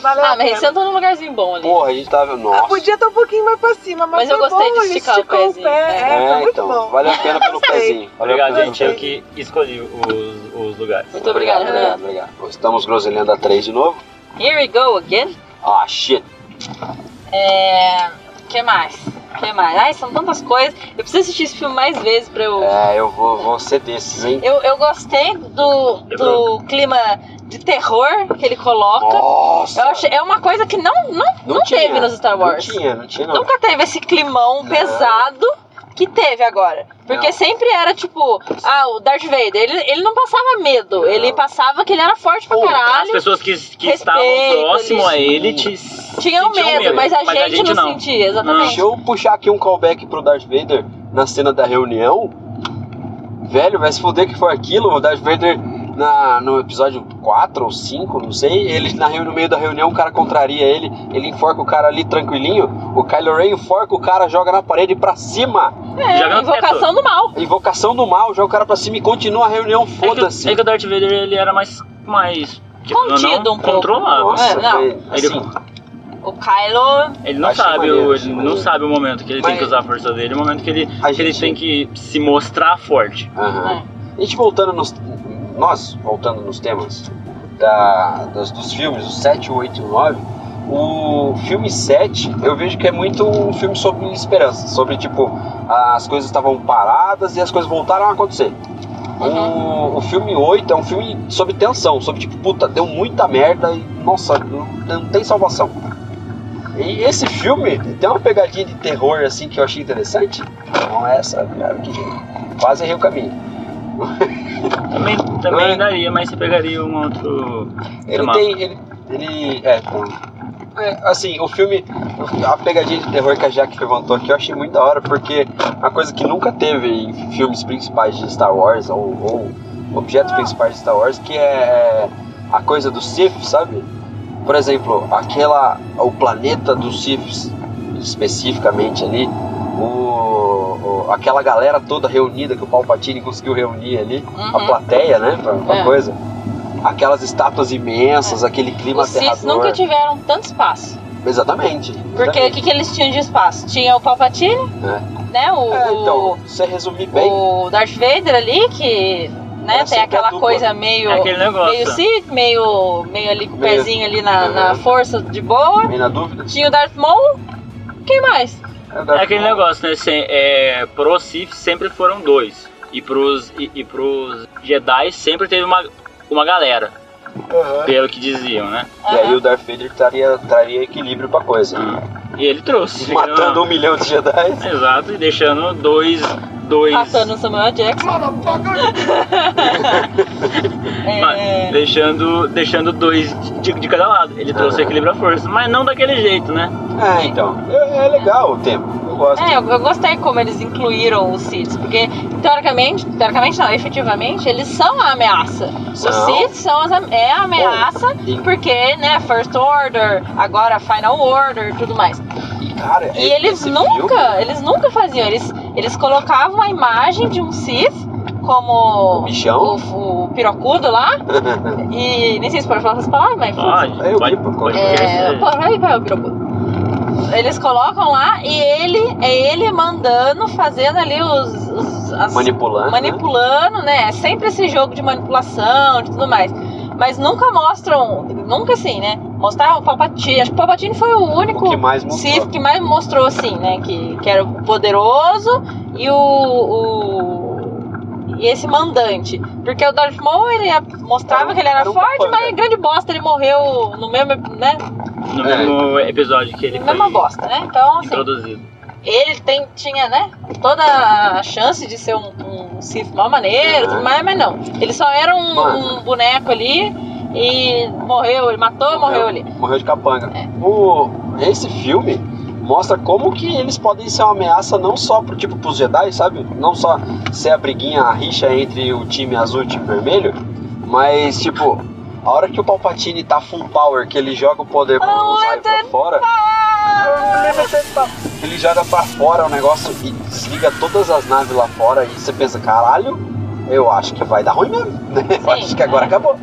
Speaker 4: Valeu
Speaker 3: Ah,
Speaker 4: a
Speaker 3: mas ele
Speaker 4: pena.
Speaker 3: sentou num lugarzinho bom ali.
Speaker 1: Porra, a gente tava.
Speaker 4: Ah,
Speaker 1: Nossa.
Speaker 4: podia estar um pouquinho mais pra cima, mas,
Speaker 3: Mas eu
Speaker 4: foi
Speaker 3: gostei de
Speaker 4: bom, ele
Speaker 3: esticar o
Speaker 4: esticou
Speaker 3: pezinho. né?
Speaker 4: pé. É, foi muito bom.
Speaker 1: então, Vale a pena pelo pezinho. Valeu
Speaker 2: Obrigado,
Speaker 1: pelo
Speaker 2: gente. Eu
Speaker 1: pezinho.
Speaker 2: que escolhi os, os lugares.
Speaker 3: Muito obrigado,
Speaker 1: obrigado, né?
Speaker 3: obrigado.
Speaker 1: obrigado. obrigado. Estamos groselhando a 3 de novo.
Speaker 3: Here we go again.
Speaker 1: Ah, shit.
Speaker 3: É. que mais? que mais? Ai, são tantas coisas. Eu preciso assistir esse filme mais vezes pra eu.
Speaker 1: É, eu vou, vou ser desses, hein?
Speaker 3: Eu, eu gostei do, do clima de terror que ele coloca.
Speaker 1: Nossa!
Speaker 3: Eu achei, é uma coisa que não, não, não,
Speaker 1: tinha.
Speaker 3: teve nos Star Wars. Então
Speaker 1: Não tinha, não tinha, não.
Speaker 3: Nunca teve esse climão
Speaker 1: Não.
Speaker 3: pesado que teve agora. Porque
Speaker 1: Não.
Speaker 3: sempre era tipo, ah, o Darth Vader, ele, ele não passava medo,
Speaker 1: Não.
Speaker 3: ele passava que ele era forte pra
Speaker 1: Pô,
Speaker 2: As
Speaker 3: caralho.
Speaker 2: pessoas que, que
Speaker 3: Respeito,
Speaker 2: estavam próximo a ele
Speaker 1: eles-
Speaker 2: te
Speaker 3: Tinham
Speaker 2: sentiam
Speaker 3: medo, mas, a, gente não,
Speaker 2: não.
Speaker 3: sentia,
Speaker 1: Deixa
Speaker 3: exatamente.
Speaker 1: eu puxar aqui um callback pro Darth Vader na cena da reunião. Velho, vai se fuder que foi aquilo. O Darth Vader na, no episódio 4 ou 5, não sei, ele na, no meio da reunião o cara contraria ele, ele enforca o cara ali tranquilinho, o Kylo Ren enforca o cara, joga na parede pra cima.
Speaker 3: É,
Speaker 2: Joga no
Speaker 3: invocação do mal.
Speaker 1: Invocação do mal, joga o cara pra cima e continua a reunião,
Speaker 2: É que,
Speaker 1: foda-se.
Speaker 2: é que o Darth Vader ele era mais. mais tipo,
Speaker 3: Contido
Speaker 2: não,
Speaker 3: um pouco.
Speaker 2: Controlado.
Speaker 1: Nossa,
Speaker 3: É, não.
Speaker 1: foi,
Speaker 2: Ele-
Speaker 1: assim,
Speaker 3: O Kylo.
Speaker 2: Ele não
Speaker 1: Achei
Speaker 2: sabe,
Speaker 1: maneiro,
Speaker 2: o,
Speaker 1: achei
Speaker 2: ele não
Speaker 1: maneiro.
Speaker 2: sabe o momento que ele
Speaker 1: Mas-
Speaker 2: tem que usar a força dele, o momento que ele,
Speaker 1: A
Speaker 2: que ele
Speaker 1: gente-
Speaker 2: tem que se mostrar forte.
Speaker 1: Aham. A gente voltando nos. Nós voltando nos temas da, das- dos filmes, o 7, o 8 e o 9. O filme 7, eu vejo que é muito um filme sobre esperança. Sobre, tipo, as coisas estavam paradas e as coisas voltaram a acontecer. O, o filme 8 é um filme sobre tensão, sobre tipo, puta, deu muita merda e, nossa, não, não tem salvação. E esse filme tem uma pegadinha de terror, assim, que eu achei interessante. Então essa, cara, que quase errei o caminho.
Speaker 2: Também,
Speaker 1: Não
Speaker 2: também
Speaker 1: é?
Speaker 2: daria, mas você pegaria um outro.
Speaker 1: Ele
Speaker 2: tema.
Speaker 1: tem. Ele, ele- é, com- é, Assim, o filme. A pegadinha de terror que a Jack levantou aqui eu achei muito da hora, porque é uma coisa que nunca teve em filmes principais de Star Wars, ou, ou objetos principais de Star Wars, que é a coisa do Sith, sabe? Por exemplo, aquela. O planeta dos Siths, especificamente ali. O, o- aquela galera toda reunida que o Palpatine conseguiu reunir ali, a
Speaker 3: Uhum.
Speaker 1: plateia, né? Pra, pra
Speaker 3: É.
Speaker 1: coisa aquelas estátuas imensas, aquele clima
Speaker 3: Os Sith
Speaker 1: aterrador.
Speaker 3: nunca tiveram tanto espaço.
Speaker 1: Exatamente.
Speaker 3: Porque o
Speaker 1: exatamente.
Speaker 3: que, que eles tinham de espaço? Tinha o Palpatine, né? O,
Speaker 1: É, então, se você resumir bem,
Speaker 3: o Darth Vader ali, que né,
Speaker 1: Parece
Speaker 3: tem
Speaker 1: que é
Speaker 3: aquela
Speaker 1: dupla.
Speaker 3: coisa meio.
Speaker 2: É aquele negócio.
Speaker 3: Meio Sith, meio, meio ali com o
Speaker 1: Meio-
Speaker 3: pezinho ali na,
Speaker 1: Uhum.
Speaker 3: na força de boa.
Speaker 1: bem na dúvida.
Speaker 3: Tinha o Darth Maul. Quem mais?
Speaker 2: É aquele negócio, né? Sem, é, pro Sith sempre foram dois. E pros, e, e pros Jedi sempre teve uma, uma galera,
Speaker 1: Aham.
Speaker 2: pelo que diziam, né?
Speaker 1: E aí
Speaker 3: Aham.
Speaker 1: o Darth Vader traria, traria equilíbrio pra coisa.
Speaker 2: E ele trouxe. né?
Speaker 1: Matando um milhão de Jedi.
Speaker 2: Exato, e deixando dois. dois
Speaker 3: Passando o Samuel Jackson.
Speaker 2: Mas,
Speaker 3: é,
Speaker 2: deixando, deixando dois de, de cada lado. Ele trouxe
Speaker 1: Aham.
Speaker 2: equilíbrio à força, mas não daquele jeito, né?
Speaker 1: É, então. É, é legal o tempo. Eu gosto.
Speaker 3: é, eu, eu gostei como eles incluíram os Sith, porque teoricamente, teoricamente não, efetivamente, eles são a ameaça. Os
Speaker 1: São.
Speaker 3: Sith são as am- é a ameaça,
Speaker 1: e-
Speaker 3: porque, né, First Order, agora Final Order e tudo mais.
Speaker 1: E, cara,
Speaker 3: E
Speaker 1: é-
Speaker 3: eles
Speaker 1: esse
Speaker 3: nunca,
Speaker 1: filme-
Speaker 3: eles nunca faziam. Eles, eles colocavam a imagem de um Sith como
Speaker 1: O bichão?
Speaker 3: o, o pirocudo lá. e nem sei se pode falar essas palavras, mas. foda-se.
Speaker 1: eu vi, pô,
Speaker 3: é, pô, vai, vai, o pirocudo. Eles colocam lá e ele é ele mandando, fazendo ali os. os- as-
Speaker 1: Manipulando. né?
Speaker 3: manipulando, né? É sempre esse jogo de manipulação, de tudo mais. Mas nunca mostram, nunca assim, né? Mostraram o Palpatine. Acho que o Palpatine foi o único
Speaker 1: O que mais mostrou.
Speaker 3: Sith que mais mostrou assim, né? Que, que era o poderoso e o, o- e esse mandante. Porque o Darth Maul ele é- mostrava
Speaker 1: Era um-
Speaker 3: que ele era,
Speaker 1: era um
Speaker 3: forte,
Speaker 1: capanga.
Speaker 3: mas é grande bosta, ele morreu no mesmo, né?
Speaker 2: No
Speaker 1: É.
Speaker 2: mesmo episódio que ele foi
Speaker 3: mesma bosta, né? Então, assim,
Speaker 2: introduzido.
Speaker 3: ele tem, tinha, né, toda a chance de ser um, um Sith mal maneiro, tudo mais, mas não. Ele só era um,
Speaker 1: Mano.
Speaker 3: um boneco ali e morreu, ele matou, morreu ali.
Speaker 1: Morreu de capanga.
Speaker 3: É.
Speaker 1: O, esse filme mostra como que eles podem ser uma ameaça não só pro tipo pros Jedi, sabe? Não só ser a briguinha, a rixa entre o time azul e o time vermelho, mas tipo, a hora que o Palpatine tá full power, que ele joga o poder
Speaker 3: Oh,
Speaker 1: pro raio pra fora. Ele joga pra fora o negócio e desliga todas as naves lá fora e você pensa, caralho, eu acho que vai dar ruim mesmo. né? Eu
Speaker 3: Sim,
Speaker 1: acho que agora
Speaker 3: é.
Speaker 1: acabou.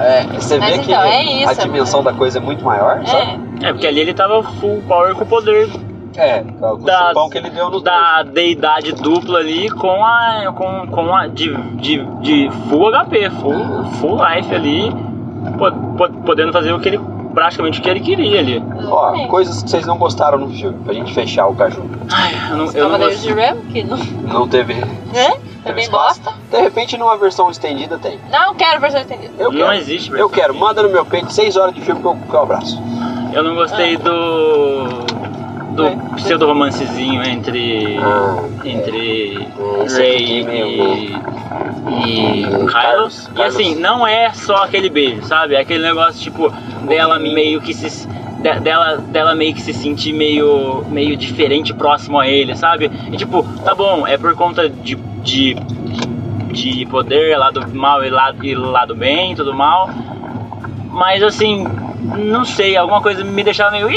Speaker 1: É, você
Speaker 3: Mas
Speaker 1: vê que
Speaker 3: então, é isso,
Speaker 1: a dimensão da coisa é muito maior, sabe?
Speaker 3: É,
Speaker 2: É, porque ali ele tava full power com o poder
Speaker 1: É, com o
Speaker 2: Da-
Speaker 1: chupão que ele deu no
Speaker 2: da deidade dupla ali com a. com, com a. De, de, de full HP, full, full life ali, po- po- podendo fazer o que ele. praticamente o que ele queria ali.
Speaker 3: É,
Speaker 1: Ó,
Speaker 3: exatamente.
Speaker 1: coisas que vocês não gostaram no filme, pra gente fechar o caju.
Speaker 2: Ai, eu não,
Speaker 3: Os
Speaker 1: tá
Speaker 2: eu não
Speaker 3: Cavaleiros
Speaker 2: gosto.
Speaker 3: de Ram, que não,
Speaker 1: Não teve.
Speaker 3: né? Também
Speaker 1: espaço.
Speaker 3: bosta.
Speaker 1: De repente, numa versão estendida, tem.
Speaker 3: Não quero versão estendida.
Speaker 1: Eu
Speaker 2: Não
Speaker 1: quero.
Speaker 2: existe,
Speaker 1: Eu
Speaker 2: velho.
Speaker 1: quero, manda no meu peito seis horas de filme que eu, que eu abraço.
Speaker 2: Eu não gostei do. do pseudo-romancezinho entre.
Speaker 1: É. Ah,
Speaker 2: entre
Speaker 1: é, esse
Speaker 2: Ray
Speaker 1: aqui
Speaker 2: e,
Speaker 1: meio-
Speaker 2: e Kylo.
Speaker 1: Carlos,
Speaker 2: E assim,
Speaker 1: Carlos.
Speaker 2: não é só aquele beijo, sabe? É aquele negócio tipo dela meio que se de- dela, dela meio que se sentir meio meio diferente próximo a ele, sabe? E tipo, tá bom, é por conta de de, de poder, lado mal e lado, e lado bem, tudo mal. Mas assim, não sei, alguma coisa me deixava meio.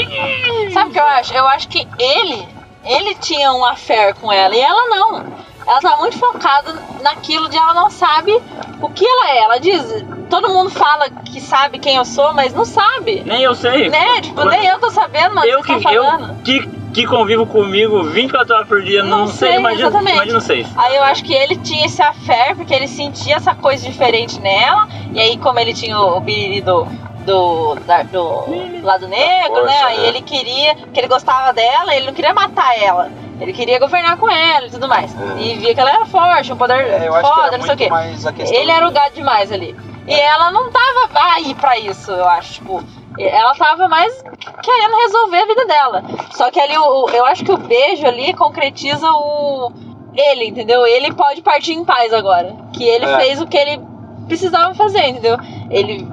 Speaker 3: Sabe o que eu acho? Eu acho que ele, ele tinha um affair com ela e ela não. Ela tá muito focada naquilo de ela não sabe o que ela é. Ela diz, todo mundo fala que sabe quem eu sou, mas não sabe.
Speaker 2: Nem eu sei.
Speaker 3: Né? Tipo, nem eu tô sabendo, mas
Speaker 2: eu que,
Speaker 3: tá
Speaker 2: eu
Speaker 3: falando.
Speaker 2: que, que convivo comigo 24 horas por dia, não,
Speaker 3: Não sei,
Speaker 2: imagina,
Speaker 3: exatamente.
Speaker 2: imagina vocês.
Speaker 3: Aí eu acho que ele tinha esse affair, porque ele sentia essa coisa diferente nela. E aí, como ele tinha o, o biriri do, do, da- do lado negro,
Speaker 1: força,
Speaker 3: né? Aí
Speaker 1: né?
Speaker 3: ele queria, que ele gostava dela, ele não queria matar ela. Ele queria governar com ela e tudo mais. E via que ela era forte, um poder
Speaker 1: É, eu acho que
Speaker 3: foda,
Speaker 1: era
Speaker 3: não sei
Speaker 1: muito
Speaker 3: o quê.
Speaker 1: mais a questão É.
Speaker 3: Ele era o gato demais ali. E ela não tava aí pra isso, eu acho. Tipo, ela tava mais querendo resolver a vida dela. Só que ali, o- o- eu acho que o beijo ali concretiza o. Ele, entendeu? Ele pode partir em paz agora. Que ele
Speaker 1: É.
Speaker 3: fez o que ele precisava fazer, entendeu? Ele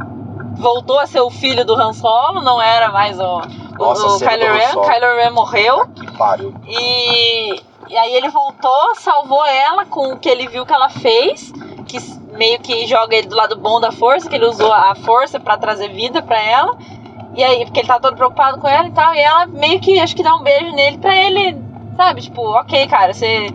Speaker 3: voltou a ser o filho do Han Solo, não era mais o,
Speaker 1: Nossa,
Speaker 3: o,
Speaker 1: a
Speaker 3: o
Speaker 1: cena do
Speaker 3: Kylo
Speaker 1: Han
Speaker 3: Ren.
Speaker 1: Solo.
Speaker 3: Kylo Ren morreu.
Speaker 1: que pariu.
Speaker 3: E, e aí ele voltou, salvou ela com o que ele viu que ela fez, que s- meio que joga ele do lado bom da força, que ele usou a força pra trazer vida pra ela. E aí, porque ele tá todo preocupado com ela e tal, e ela meio que acho que dá um beijo nele pra ele, sabe? Tipo, ok, cara, você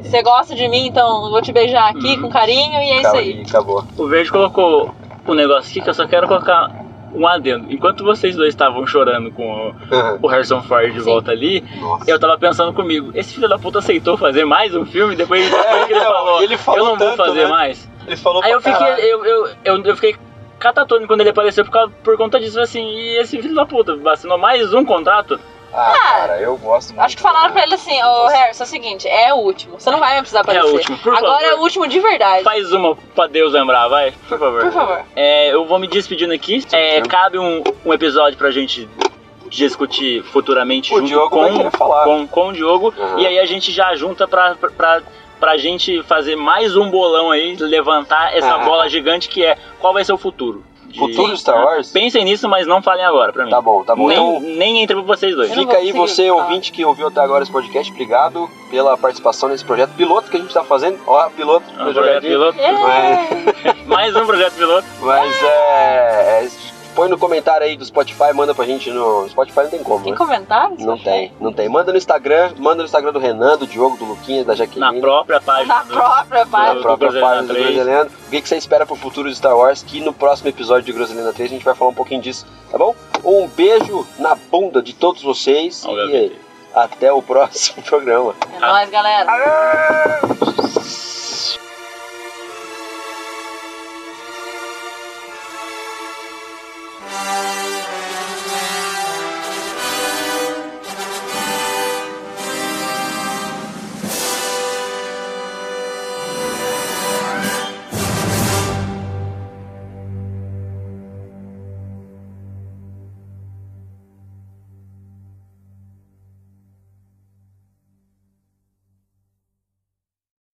Speaker 3: você gosta de mim, então eu vou te beijar aqui
Speaker 2: Uhum.
Speaker 3: com carinho e é isso
Speaker 1: Acabou, e
Speaker 3: aí.
Speaker 1: acabou.
Speaker 2: O Verde colocou um negócio aqui que eu só quero colocar um adendo. Enquanto vocês dois estavam chorando com o- o Harrison Ford de
Speaker 3: Sim.
Speaker 2: volta ali,
Speaker 1: Nossa.
Speaker 2: eu tava pensando comigo, esse filho da puta aceitou fazer mais um filme depois, depois
Speaker 3: É,
Speaker 2: que ele
Speaker 1: então,
Speaker 2: falou,
Speaker 1: ele falou
Speaker 2: eu não
Speaker 1: tanto,
Speaker 2: vou fazer
Speaker 1: né?
Speaker 2: mais.
Speaker 1: Ele falou pra
Speaker 2: Aí eu fiquei,
Speaker 1: caralho.
Speaker 2: eu, eu, eu, eu fiquei catatônico quando ele apareceu por, causa- por conta disso, assim, e esse filho da puta assinou mais um contrato?
Speaker 1: Ah,
Speaker 3: Ah,
Speaker 1: cara, eu gosto muito.
Speaker 3: Acho que falaram pra ele assim, ô Harrison, é o seguinte, é o último, você não vai mais precisar aparecer.
Speaker 2: É último, por
Speaker 3: Agora
Speaker 2: favor.
Speaker 3: é o último de verdade.
Speaker 2: Faz uma pra Deus lembrar, vai, por favor.
Speaker 3: Por favor.
Speaker 2: É, eu vou me despedindo aqui. É, cabe um, um episódio pra gente discutir futuramente
Speaker 1: O
Speaker 3: é-
Speaker 2: junto
Speaker 1: Diogo vai
Speaker 2: com,
Speaker 1: querer falar.
Speaker 2: com, com o Diogo.
Speaker 1: Uhum.
Speaker 2: E aí a gente já junta pra, pra, pra gente fazer mais um bolão aí, levantar essa
Speaker 1: Ah.
Speaker 2: bola gigante que é qual vai ser o futuro. de-
Speaker 1: Futuro de Star Wars?
Speaker 2: Pensem nisso, mas não falem agora pra mim.
Speaker 1: Tá bom, tá bom.
Speaker 2: nem,
Speaker 1: Então,
Speaker 2: nem entre vocês dois.
Speaker 3: Eu não
Speaker 1: Fica
Speaker 3: vou
Speaker 1: aí
Speaker 3: conseguir
Speaker 1: você,
Speaker 3: falar.
Speaker 1: ouvinte que ouviu até agora esse podcast, obrigado pela participação nesse projeto piloto que a gente tá fazendo. Ó, piloto,
Speaker 2: É
Speaker 1: tô
Speaker 2: um projeto
Speaker 1: jogadinho.
Speaker 2: piloto.
Speaker 1: Mas-
Speaker 2: Mais um projeto piloto.
Speaker 1: Mas é, é, Põe no comentário aí do Spotify, manda pra gente no. Spotify não tem como,
Speaker 3: Tem
Speaker 1: né?
Speaker 3: comentários?
Speaker 1: Não tem, não tem. Manda no Instagram, manda no Instagram do Renan, do Diogo, do Luquinhas, da
Speaker 2: Na
Speaker 1: Jaqueline.
Speaker 2: própria página.
Speaker 3: Na
Speaker 2: do-
Speaker 3: própria
Speaker 1: Na
Speaker 3: página.
Speaker 2: do
Speaker 1: própria
Speaker 2: Groselina
Speaker 1: página do
Speaker 2: 3.
Speaker 1: Groselhando. O que que você espera pro futuro de Star Wars? Que no próximo episódio de Groselina 3 a gente vai falar um pouquinho disso, tá bom? Um beijo na bunda de todos vocês
Speaker 2: Olha
Speaker 1: e até o próximo programa.
Speaker 3: É nóis, galera.
Speaker 1: Aê!